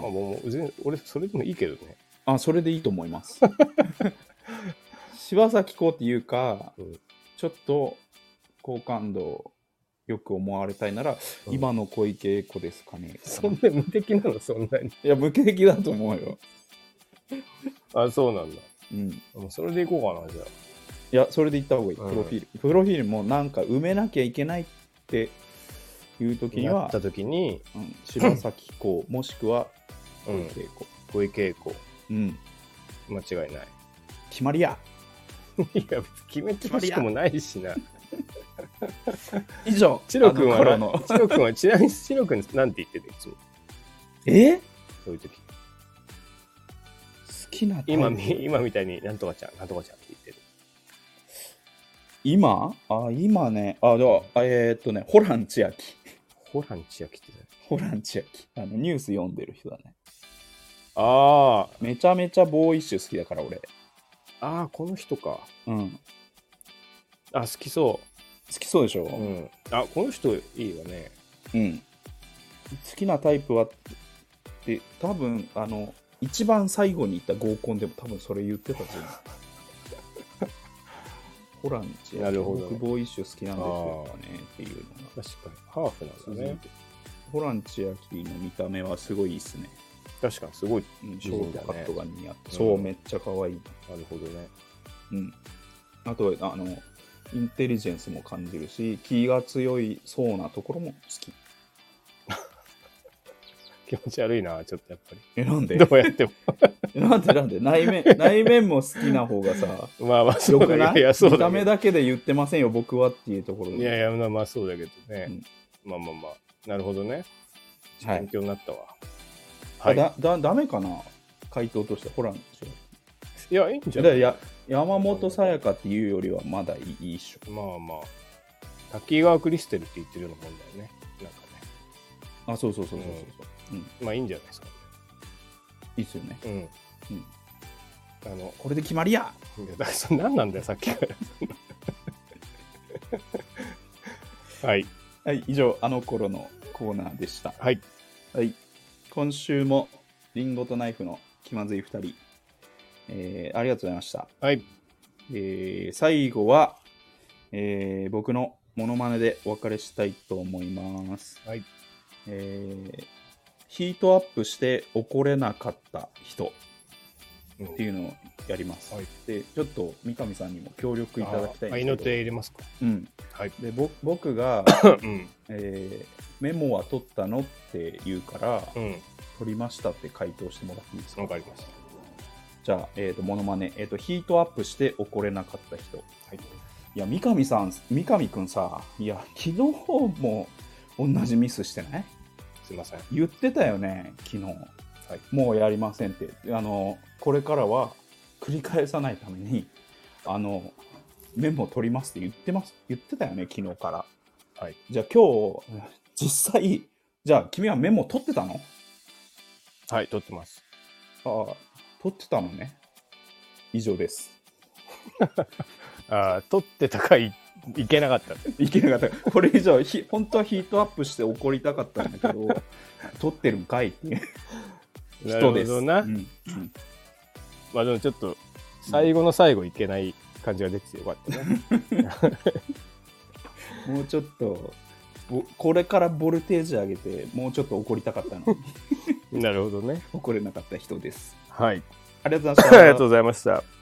[SPEAKER 2] まあ、もう、全俺、それでもいいけどね。
[SPEAKER 1] あそれでいいと思い
[SPEAKER 2] (laughs)
[SPEAKER 1] ます柴咲コウっていうか、
[SPEAKER 2] うん
[SPEAKER 1] ちょっと好感度をよく思われたいなら、
[SPEAKER 2] うん
[SPEAKER 1] 今の小池栄子ですかね
[SPEAKER 2] そんな無敵なの、そんなに。
[SPEAKER 1] いや無形的だと思うよ、
[SPEAKER 2] あ、そうなんだ。
[SPEAKER 1] うん、い
[SPEAKER 2] もうそれでいこうかな、じゃ
[SPEAKER 1] やそれでいった方がいいプ
[SPEAKER 2] うん
[SPEAKER 1] ロフィール、プロフィールもなんか埋めなきゃいけないっていう時に
[SPEAKER 2] あ。や
[SPEAKER 1] は
[SPEAKER 2] った時に、
[SPEAKER 1] うん、柴咲コウもしくは
[SPEAKER 2] う
[SPEAKER 1] 小
[SPEAKER 2] ん、
[SPEAKER 1] 池栄子
[SPEAKER 2] 小池栄子、
[SPEAKER 1] うん
[SPEAKER 2] 間違いない。
[SPEAKER 1] 決まりや
[SPEAKER 2] (laughs) いや、別に決めてほしくもないしな。
[SPEAKER 1] 以上
[SPEAKER 2] (laughs) チロ君
[SPEAKER 1] あの頃
[SPEAKER 2] はな、
[SPEAKER 1] の
[SPEAKER 2] チロ君は、ちなみにチロ君なんて言ってたいつも、
[SPEAKER 1] え好
[SPEAKER 2] そういう時。
[SPEAKER 1] きなタイプ
[SPEAKER 2] 今み、今みたいになんとかちゃん、なんとかちゃんって言ってる。
[SPEAKER 1] 今あ今ねあではあえーっとねホラン千秋 (laughs)
[SPEAKER 2] ホラン千秋って誰
[SPEAKER 1] ホラン千秋あのニュース読んでる人だね
[SPEAKER 2] あー
[SPEAKER 1] めちゃめちゃボーイッシュ好きだから俺
[SPEAKER 2] あー、この人か。
[SPEAKER 1] うん好
[SPEAKER 2] あ、好きそ
[SPEAKER 1] きそうでしょ、
[SPEAKER 2] う。うん。あ、この人いいよね。
[SPEAKER 1] うん、好きなタイプはって多分あの一番最後に言った合コンでも多分それ言ってたと思
[SPEAKER 2] (laughs)
[SPEAKER 1] うホランチ
[SPEAKER 2] なるほどね
[SPEAKER 1] 僕ボーイッシュ好きなんですよねっていうのが
[SPEAKER 2] 確かに。ハーフなんだ
[SPEAKER 1] 続い
[SPEAKER 2] ね。
[SPEAKER 1] てホラン千秋の見た目はすごいいいっすね
[SPEAKER 2] 確かに、すごい。
[SPEAKER 1] うんシ
[SPEAKER 2] 美
[SPEAKER 1] ョ
[SPEAKER 2] 人
[SPEAKER 1] ー
[SPEAKER 2] だね
[SPEAKER 1] トカットが似合って、
[SPEAKER 2] うん
[SPEAKER 1] そうめっちゃ可愛い
[SPEAKER 2] なるほどね。
[SPEAKER 1] うん、あとあのインテリジェンスも感じるし気が強いそうなところも好き
[SPEAKER 2] 気持ち悪いな、ちょっとやっぱ (laughs) り。
[SPEAKER 1] えなんで
[SPEAKER 2] どうやっても。
[SPEAKER 1] なんでなんで内
[SPEAKER 2] (laughs)
[SPEAKER 1] 面内面も好きな方がさ
[SPEAKER 2] まあまあ、 (laughs) そ
[SPEAKER 1] よ
[SPEAKER 2] う
[SPEAKER 1] く
[SPEAKER 2] だ
[SPEAKER 1] な
[SPEAKER 2] ね。
[SPEAKER 1] い
[SPEAKER 2] いや、そう
[SPEAKER 1] 見
[SPEAKER 2] だ
[SPEAKER 1] た
[SPEAKER 2] ね
[SPEAKER 1] 目だけで言ってませんよ僕はっていうところで
[SPEAKER 2] いやいや、まあまあそうだけどね。まあまあまあ、なるほどね。
[SPEAKER 1] はい
[SPEAKER 2] 勉強になったわ。
[SPEAKER 1] あ
[SPEAKER 2] はい。
[SPEAKER 1] だだダメかな回答としてホランでし
[SPEAKER 2] いや、いいんじ
[SPEAKER 1] ょだか
[SPEAKER 2] ゃな
[SPEAKER 1] ら
[SPEAKER 2] い
[SPEAKER 1] や山本さやかっていうよりはまだいいいいっしょ
[SPEAKER 2] まあまあ。滝川クリステルって言ってるようなもんだよね。なんかね。
[SPEAKER 1] あそうそうそうそうそうそう、うん
[SPEAKER 2] まあいいんじゃないですか、
[SPEAKER 1] いいっすよね
[SPEAKER 2] ね。うん。
[SPEAKER 1] うん
[SPEAKER 2] あの、い
[SPEAKER 1] これで決まりや
[SPEAKER 2] やだからそれ何なんだよ、さっきから。はい。
[SPEAKER 1] はい以上あの頃のコーナーでした
[SPEAKER 2] はい。
[SPEAKER 1] はい今週もリンゴとナイフの気まずい2人、えーありがとうございました
[SPEAKER 2] はい。
[SPEAKER 1] えー最後は、えー僕のモノマネでお別れしたいと思います、
[SPEAKER 2] はい。
[SPEAKER 1] えーヒートアップして怒れなかった人
[SPEAKER 2] うん
[SPEAKER 1] っていうのをやります、
[SPEAKER 2] はい
[SPEAKER 1] でちょっと三上さんにも協力いただきたいんですけ
[SPEAKER 2] あ合い
[SPEAKER 1] ど
[SPEAKER 2] の手入れますか。
[SPEAKER 1] うん、
[SPEAKER 2] はい。
[SPEAKER 1] でぼ僕が、
[SPEAKER 2] うん。
[SPEAKER 1] えーメモは取ったの?」って言うから「
[SPEAKER 2] うん。
[SPEAKER 1] 取りました」って回答してもらっていいですか
[SPEAKER 2] わかりました。
[SPEAKER 1] じゃあ、えー、とモノマネ、えーと「ヒートアップして怒れなかった人」
[SPEAKER 2] はい。
[SPEAKER 1] いや、三上さん、三上くんさ、いや、昨日も同じミスしてない
[SPEAKER 2] すいません。
[SPEAKER 1] 言ってたよね、昨日。
[SPEAKER 2] はい
[SPEAKER 1] もうやりませんって。あの、これからは繰り返さないために、あの、メモ取りますって言ってます。言ってたよね、昨日から。
[SPEAKER 2] はい。
[SPEAKER 1] じゃあ今日、実際、じゃあ君はメモ取ってたの
[SPEAKER 2] はい、撮ってます。
[SPEAKER 1] ああ、取ってたのね。以上です。
[SPEAKER 2] ああ、撮ってたかい、いけなかった。
[SPEAKER 1] いけなかった。これ以上ひ、本当はヒートアップして怒りたかったんだけど、取ってるんかいっていう
[SPEAKER 2] なる
[SPEAKER 1] 人
[SPEAKER 2] ほ
[SPEAKER 1] です。
[SPEAKER 2] どな。
[SPEAKER 1] うんうん
[SPEAKER 2] まあでもちょっと、最後の最後いけない感じが出ててよかった (laughs) ね。
[SPEAKER 1] もうちょっと、ぼこれからボルテージ上げて、もうちょっと怒りたかったのに
[SPEAKER 2] なるほどね。
[SPEAKER 1] 怒れなかった人です。
[SPEAKER 2] はい。
[SPEAKER 1] (laughs) ありがとうございま
[SPEAKER 2] (laughs) あ
[SPEAKER 1] し
[SPEAKER 2] り
[SPEAKER 1] た。
[SPEAKER 2] がとうございました。